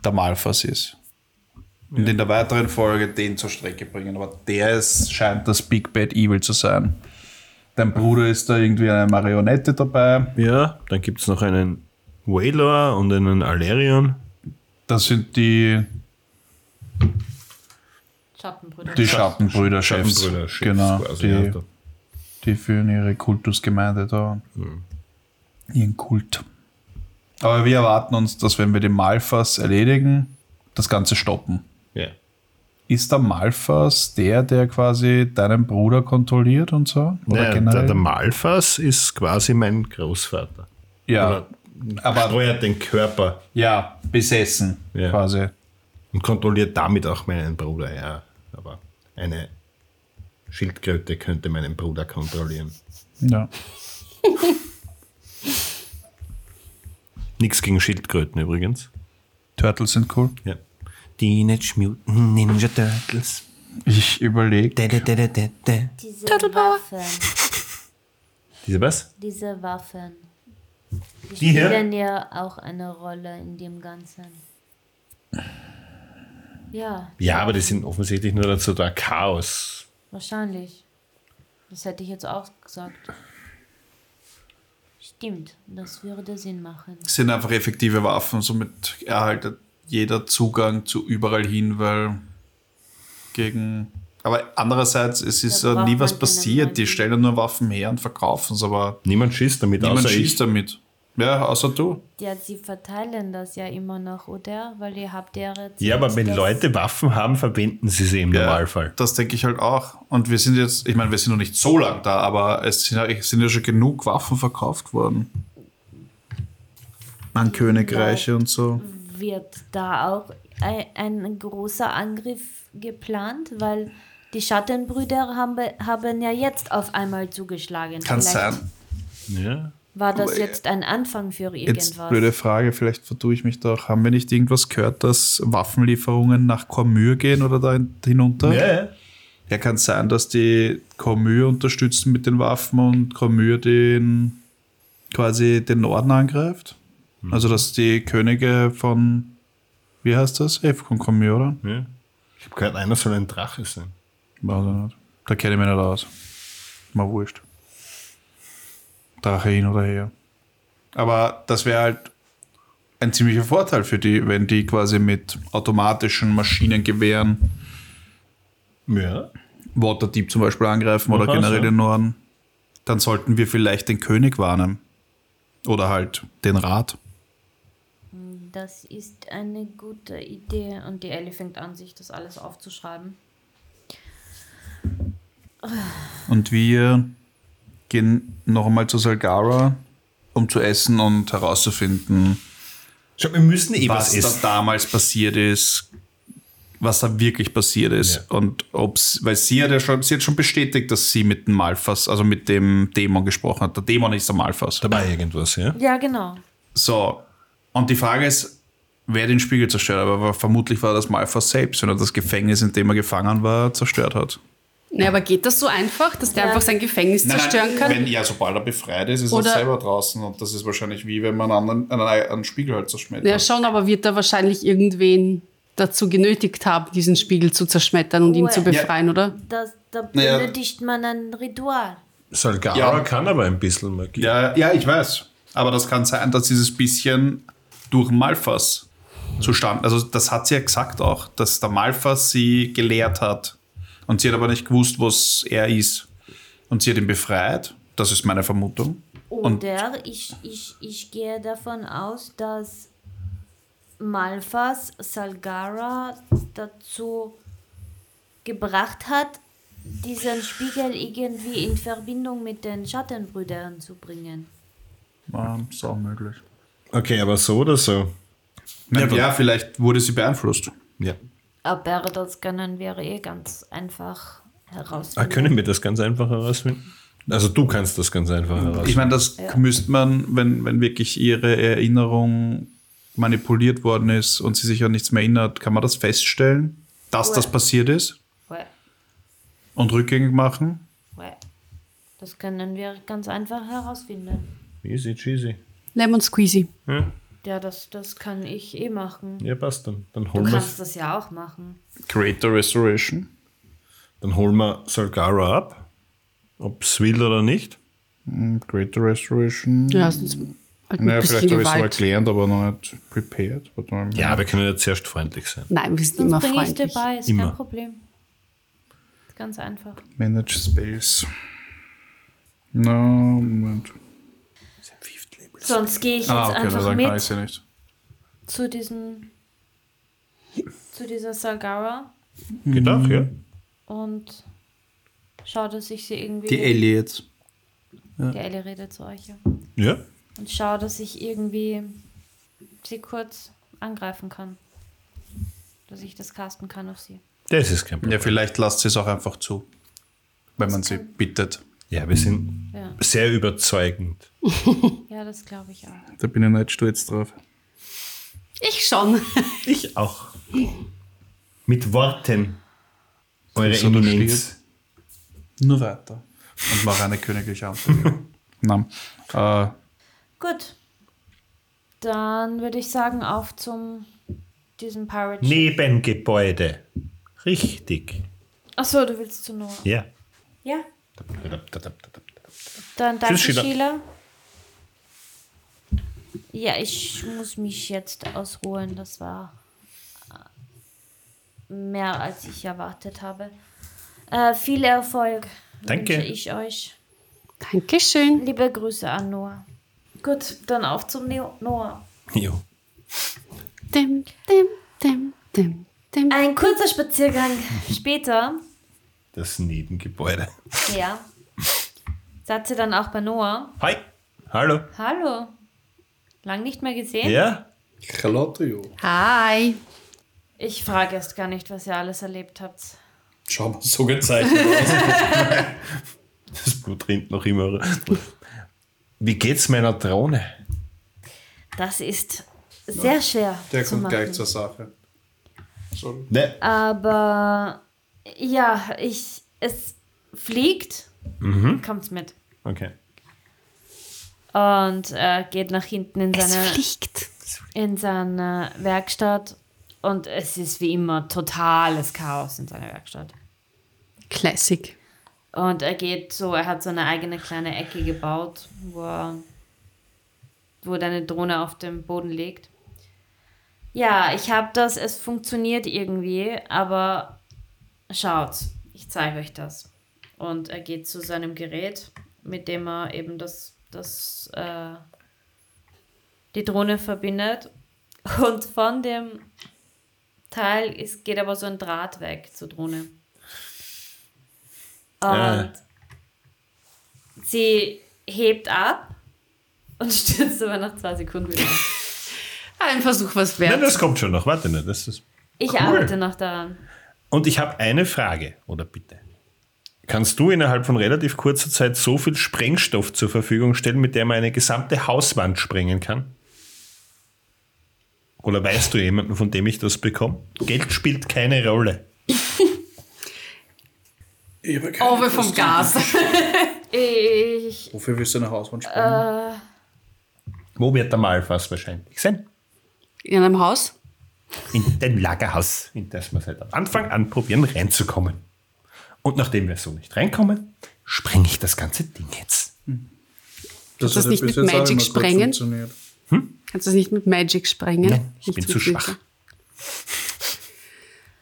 S5: der Malfas ist. Und in der weiteren Folge den zur Strecke bringen. Aber der ist, scheint das Big Bad Evil zu sein. Dein Bruder ist da irgendwie eine Marionette dabei.
S3: Ja, dann gibt es noch einen Wailor und einen Alerion.
S5: Das sind die,
S6: Schattenbrüder.
S5: die Schattenbrüder-Chefs.
S3: Schattenbrüder-Chefs
S5: genau,
S3: quasi, ja,
S5: die,
S3: da.
S5: die führen ihre Kultusgemeinde da.
S3: Mhm.
S5: Ihren Kult. Aber wir erwarten uns, dass wenn wir den Malfas erledigen, das Ganze stoppen.
S3: Ja.
S5: Ist der Malfas der, der quasi deinen Bruder kontrolliert und so? Oder
S3: Naja, der,
S5: generell?
S3: der Malfas ist quasi mein Großvater.
S5: ja,
S3: Aber
S5: aber
S3: steuert den Körper
S5: ja, besessen
S3: Ja.
S5: quasi.
S3: und kontrolliert damit auch meinen Bruder. Ja, aber eine Schildkröte könnte meinen Bruder kontrollieren.
S5: Ja.
S3: Nichts gegen Schildkröten übrigens.
S5: Turtles sind cool.
S3: Ja. Teenage Mutant Ninja Turtles.
S5: Ich überlege,
S3: Da, da, da, da, da, da.
S6: Diese Waffen.
S3: Diese was?
S6: Diese Waffen. Die,
S3: Die hier?
S6: spielen ja auch eine Rolle in dem Ganzen. Ja,
S3: Ja, aber die sind offensichtlich nur dazu da, Chaos
S6: wahrscheinlich. Das hätte ich jetzt auch gesagt. Stimmt, das würde Sinn machen.
S5: sind einfach effektive Waffen. Somit erhaltet jeder Zugang zu überall hin, weil gegen. Aber andererseits, es ist
S6: Da
S5: ja nie
S6: braucht
S5: was
S6: man keine
S5: passiert. Die
S6: neuen.
S5: stellen nur Waffen her und verkaufen es, aber
S3: Niemand schießt damit,
S5: niemand
S3: außer
S5: schießt damit. Ja, außer du.
S6: Ja, sie verteilen das ja immer noch, oder? Weil ihr habt ja erzählt,
S3: ich. Ja, aber wenn
S6: dass-
S3: Leute Waffen haben, verwenden sie sie im Normalfall.
S5: Das denke ich halt auch. Und wir sind jetzt, ich meine, wir sind noch nicht so lang da, aber es sind ja, es sind ja schon genug Waffen verkauft worden. an Königreiche und so.
S6: Wird da auch ein, ein großer Angriff geplant? Weil die Schattenbrüder haben, be- haben ja jetzt auf einmal zugeschlagen.
S5: Kann
S6: Vielleicht
S5: sein.
S3: Ja.
S6: War das jetzt ein Anfang für
S5: Jetzt
S6: irgendwas?
S5: blöde Frage, vielleicht vertue ich mich doch. Haben wir nicht irgendwas gehört, dass Waffenlieferungen nach Kormür gehen oder da hin- hinunter?
S3: Ja, ja.
S5: Ja, kann sein, dass die Kormür unterstützen mit den Waffen und Kormür den quasi den Norden angreift.
S3: Hm.
S5: Also dass die Könige von wie heißt das? Efkon Kormür, oder?
S3: ja. Ich habe gehört, einer soll ein Drache sein.
S5: Weiß ich nicht. Da kenne ich mich nicht aus. Mal wurscht. Drache hin oder her. Aber das wäre halt ein ziemlicher Vorteil für die, wenn die quasi mit automatischen Maschinengewehren
S3: Ja.
S5: Waterdeep zum Beispiel angreifen oder
S3: Aha,
S5: generell
S3: so.
S5: den Norden, dann sollten wir vielleicht den König warnen. Oder halt den Rat.
S6: Das ist eine gute Idee. Und die Ellie fängt an, sich das alles aufzuschreiben.
S5: Und wir gehen noch einmal zu Salgara, um zu essen und herauszufinden,
S3: Schau, wir müssen eh
S5: was,
S3: was,
S5: da
S3: essen.
S5: damals passiert ist, was da wirklich passiert ist. Und ob's, weil sie hat ja schon, sie hat schon bestätigt, dass sie mit dem Malfas, also mit dem Dämon gesprochen hat. Der Dämon ist der Malfas.
S3: Dabei irgendwas, ja?
S6: Ja, genau.
S5: So, und die Frage ist, wer den Spiegel zerstört hat. Aber vermutlich war das Malfas selbst, wenn er das Gefängnis, in dem er gefangen war, zerstört hat.
S4: Naja, aber geht das so einfach, dass der
S6: Ja.
S4: einfach sein Gefängnis zerstören kann?
S5: Wenn, ja, sobald er befreit ist, ist
S4: Oder-
S5: er selber draußen. Und das ist wahrscheinlich wie, wenn man einen, anderen, einen, einen Spiegel halt zerschmettert.
S4: Ja, schon, aber wird er wahrscheinlich irgendwen dazu genötigt haben, diesen Spiegel zu zerschmettern und ihn
S6: Oh,
S4: zu
S6: ja.
S4: befreien, oder?
S6: Das, da
S5: Naja.
S6: benötigt man ein Ritual.
S3: Salgara
S5: Ja.
S3: kann aber ein bisschen Magie.
S5: Ja, ja, ich weiß. Aber das kann sein, dass dieses bisschen durch Malfas zustande. Also, das hat sie ja gesagt auch, dass der Malfas sie gelehrt hat. Und sie hat aber nicht gewusst, was er ist. Und sie hat ihn befreit. Das ist meine Vermutung.
S6: Oh,
S5: Und-
S6: Oder ich, ich, ich gehe davon aus, dass Malfas Salgara dazu gebracht hat, diesen Spiegel irgendwie in Verbindung mit den Schattenbrüdern zu bringen.
S5: Ähm, ist auch möglich.
S3: Okay, aber so oder so?
S5: Ja, ja, vielleicht wurde sie beeinflusst.
S3: Ja.
S6: Aber das können wir eh ganz einfach
S3: Ah,
S6: herausfinden.
S3: können wir das ganz einfach herausfinden? Also du kannst das ganz einfach herausfinden.
S5: Ich meine, das müsste man, wenn, wenn wirklich ihre Erinnerung manipuliert worden ist und sie sich an nichts mehr erinnert, kann man das feststellen, dass das passiert ist
S6: Well,
S5: und rückgängig machen?
S6: well. Das können wir ganz einfach herausfinden.
S3: Easy cheesy.
S4: Lemon Squeezy.
S6: Ja, das, das kann ich eh machen.
S3: Ja, passt dann. Dann
S6: Du
S3: holen wir,
S6: kannst das ja auch machen.
S5: Creator Restoration.
S3: dann holen wir Salgara ab. Ob es will oder nicht.
S5: Creator Restoration.
S3: Hm.
S4: Ja, sonst halt mit ein bisschen Gewalt.
S5: erklärt, aber noch nicht prepared.
S3: Ja, wir können jetzt erst freundlich sein.
S4: Nein, wir sind immer
S6: Sonst bringe ich dir
S4: freundlich.
S6: bei, ist
S3: Immer.
S6: kein Problem. Ist ganz einfach.
S5: Manage Space. Na, Moment.
S6: Sonst gehe ich jetzt
S5: Ah, okay, da
S6: einfach
S5: sagen kann ich
S6: mit
S5: sie nicht.
S6: zu diesem zu dieser Salgara
S3: Geht auch, ja?
S6: und schau, dass ich sie irgendwie.
S8: Die Ellie jetzt.
S6: Die Ellie redet zu euch, ja.
S3: Ja.
S6: Und schau, dass ich irgendwie sie kurz angreifen kann. Dass ich das casten kann auf sie.
S3: Das ist kein
S5: Ja,
S3: Problem.
S5: vielleicht lasst sie es auch einfach zu, wenn man sie bittet.
S3: Ja, wir sind
S6: Ja,
S3: sehr überzeugend.
S6: ja das glaube ich auch.
S5: Da bin ich nicht stolz drauf.
S4: Ich schon.
S3: Ich auch. Mit Worten. Eure
S5: So, du
S3: Eminenz.
S5: Nur weiter. Und mach eine königliche Antwort. Nein. Äh,
S6: Gut. Dann würde ich sagen, auf zum diesem Pirate Ship.
S3: Nebengebäude. Richtig.
S6: Achso, du willst zu Noah.
S3: Ja.
S6: Ja. Dann danke,
S3: Sheila.
S6: Sheila. Ja, ich muss mich jetzt ausruhen. Das war äh, mehr, als ich erwartet habe. Äh, viel Erfolg
S3: Danke.
S6: wünsche ich euch.
S4: Dankeschön.
S6: Liebe Grüße an Noah. Gut, dann auf zum Neo Noah.
S3: Jo.
S4: Dim, dim, dim, dim, dim.
S6: Ein kurzer Spaziergang später.
S3: Das Nebengebäude.
S6: Ja. Seid ihr dann auch bei Noah?
S3: Hi. Hallo.
S6: Hallo. Lang nicht mehr gesehen.
S3: Ja?
S9: Charlotte,
S4: Hi.
S6: Ich frage erst gar nicht, was ihr alles erlebt habt.
S9: schau mal, so gezeichnet.
S3: Das Blut rinnt noch immer. Wie geht's meiner Drohne?
S6: Das ist sehr schwer.
S9: Der
S6: zu
S9: kommt
S6: machen.
S9: gleich zur Sache. Sorry.
S3: Ne,
S6: Aber ja, ich. Es fliegt,
S9: Mhm.
S6: kommt's mit.
S3: okay.
S6: Und äh, geht nach hinten in
S4: Es
S6: seine,
S4: fliegt.
S6: in seine Werkstatt. Und es ist wie immer totales Chaos in seiner Werkstatt.
S4: Classic.
S6: Und er geht so, er hat so eine eigene kleine Ecke gebaut, wo, er, wo deine Drohne auf dem Boden liegt. Ja, ich habe das, es funktioniert irgendwie, aber schaut, ich zeige euch das. Und er geht zu seinem Gerät, mit dem er eben das, das äh, die Drohne verbindet. Und von dem Teil ist, geht aber so ein Draht weg zur Drohne. Und
S3: Ah.
S6: sie hebt ab und stürzt aber nach zwei Sekunden wieder. ab.
S4: Ein Versuch was
S3: Nein,
S4: wert.
S3: das kommt schon noch. Warte, ne, das ist.
S6: Ich
S3: Ah,
S6: arbeite noch daran.
S3: Und ich habe eine Frage, oder bitte. Kannst du innerhalb von relativ kurzer Zeit so viel Sprengstoff zur Verfügung stellen, mit der man eine gesamte Hauswand sprengen kann? Oder weißt du jemanden, von dem ich das bekomme? Geld spielt keine Rolle.
S9: Ich habe keine
S4: Over vom
S9: Lust.
S4: Gas.
S6: Ich,
S9: Wofür willst du eine Hauswand springen?
S3: Wo wird der Malfass wahrscheinlich sein?
S4: In einem Haus?
S3: In dem Lagerhaus, in das wir seit Anfang an probieren reinzukommen. Und nachdem wir so nicht reinkommen, spreng ich das ganze Ding jetzt.
S4: das
S9: hat
S4: nicht
S9: bis
S4: mit
S9: jetzt auch
S4: Magic
S9: immer gut
S4: sprengen?
S9: funktioniert.
S4: Kannst du es nicht mit Magic sprengen?
S3: Nein, ich
S4: Nicht
S3: bin
S4: mit
S3: zu
S4: Glitzer.
S3: schwach.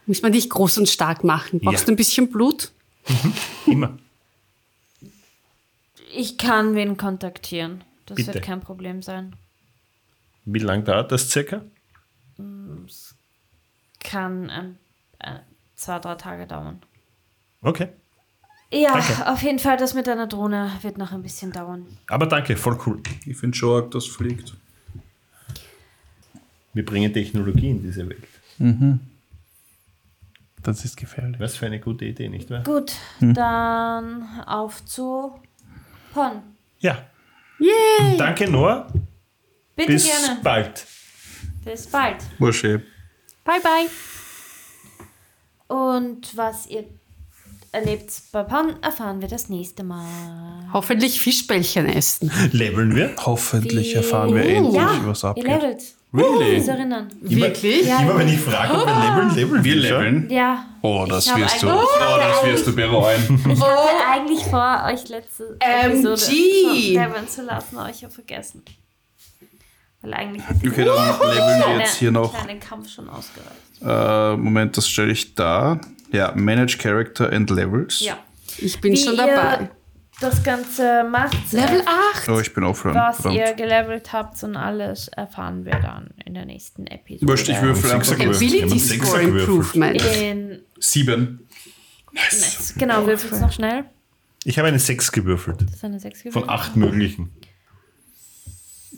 S4: Muss man dich groß und stark machen. Brauchst
S3: Ja.
S4: du ein bisschen Blut?
S3: Immer.
S6: ich kann wen kontaktieren. Das
S3: Bitte.
S6: wird kein Problem sein.
S3: Wie lange dauert das circa?
S6: Kann ähm, äh, zwei, drei Tage dauern.
S3: Okay.
S6: Ja,
S3: Danke.
S6: auf jeden Fall, das mit deiner Drohne wird noch ein bisschen dauern.
S3: Aber danke, voll cool.
S9: Ich finde schon arg, dass es fliegt.
S3: Wir bringen Technologie in diese Welt.
S5: Das ist gefährlich.
S3: Was für eine gute Idee, nicht wahr?
S6: Gut,
S3: Hm.
S6: dann auf zu Pon.
S3: Ja. Danke, Noah.
S6: Bitte
S3: Bis
S6: gerne.
S3: bald.
S6: Bis bald.
S5: War schön.
S4: Bye, bye.
S6: Und was ihr erlebt bei Pon, erfahren wir das nächste Mal.
S4: Hoffentlich Fischbällchen essen.
S3: Leveln wir.
S5: Hoffentlich
S6: Wie-
S5: erfahren wir endlich,
S6: ja,
S5: was
S6: Ihr
S5: abgeht.
S6: levelt. Really? Ich erinnern.
S4: Wirklich?
S6: Ja,
S3: Immer wenn ich frage, ob wir leveln, leveln wir leveln.
S6: ja.
S5: Oh, das
S6: Ich hab
S5: wirst du.
S6: eigentlich-
S5: Oh, das wirst du bereuen.
S6: Ich hatte eigentlich vor, euch letzte Episode
S4: MG.
S6: leveln zu lassen, aber ich habe vergessen. Weil eigentlich hat
S5: Okay, dann leveln wir jetzt hier noch.
S6: kleine Kampf schon ausgereicht.
S5: Äh, Moment, das stelle ich da. Ja, Manage Character and Levels.
S6: Ja.
S4: Ich bin schon
S6: ihr
S4: dabei.
S6: Das Ganze macht
S4: Level 8.
S5: Oh, ich bin offline.
S6: was
S5: Verdammt.
S6: ihr gelevelt habt und alles erfahren wir dann in der nächsten Episode.
S5: Möchte ich würfeln einfach
S3: Sechser-
S4: Ability
S3: Ich hab einen
S4: Score
S3: Sechser gewürfelt.
S4: Improvement.
S6: In,
S5: Sieben.
S6: nice. Genau, wir es noch schnell.
S3: Ich habe eine 6 gewürfelt.
S6: Das ist eine 6
S3: Von 8 möglichen.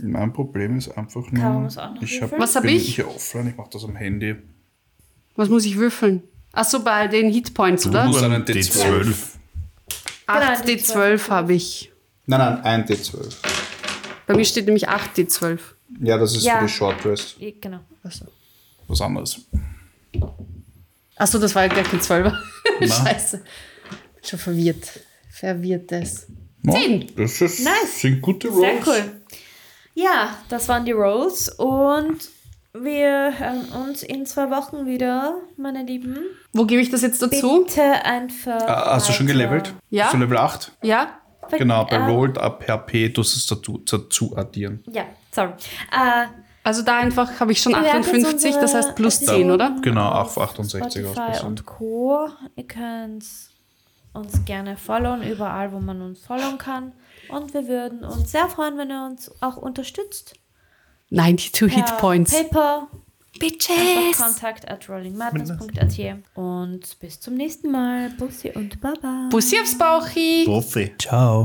S5: Mein Problem ist einfach
S6: Caro
S5: nur.
S6: muss auch noch
S5: Ich hab,
S6: würfeln.
S4: Was hab
S5: bin
S4: ich?
S5: hier offline, ich mache das am Handy.
S4: Was muss ich würfeln? Achso, bei den Hitpoints,
S5: Du
S4: oder?
S5: musst einen
S3: Die
S5: D12.
S3: 12.
S4: 8
S6: die
S4: D12 habe ich.
S9: Nein, nein, ein D12.
S4: Bei mir steht nämlich 8 D12.
S9: Ja, das ist
S6: Ja.
S9: für die Short Rest.
S6: Genau.
S5: Was anderes.
S4: Achso, das war ja gleich ein 12er. Scheiße. Bin schon verwirrt. Verwirrtes. Zehn.
S5: Das ist,
S6: Nice.
S5: sind gute Rolls.
S6: Sehr cool. Ja, das waren die Rolls und wir hören uns in zwei Wochen wieder, meine Lieben.
S4: Wo gebe ich das jetzt dazu?
S6: Bitte einfach.
S5: Ah, Hast du schon
S6: weiter.
S5: gelevelt?
S4: Ja.
S5: Hast du Level 8?
S4: Ja?
S6: Ver-
S5: Genau, bei
S6: äh,
S5: Rolled Up HP tust es dazu, dazu addieren.
S6: Ja, sorry. Äh,
S4: Also da einfach habe ich schon
S6: bewertet
S4: 58, das
S6: unsere
S4: heißt plus
S6: Episoden
S4: 10, oder?
S5: Genau,
S6: auf
S5: auf 68
S6: Ah, Spotify
S5: auspassen.
S6: und Co. Ihr könnt uns gerne followen, überall, wo man uns followen kann. Und wir würden uns sehr freuen, wenn ihr uns auch unterstützt.
S4: 92
S6: per
S4: Hitpoints.
S6: Paper,
S4: Bitches.
S6: Kontakt at rollingmadness.at. Und bis zum nächsten Mal. Bussi und Baba.
S4: Bussi aufs Bauchi.
S3: Profi.
S8: Ciao.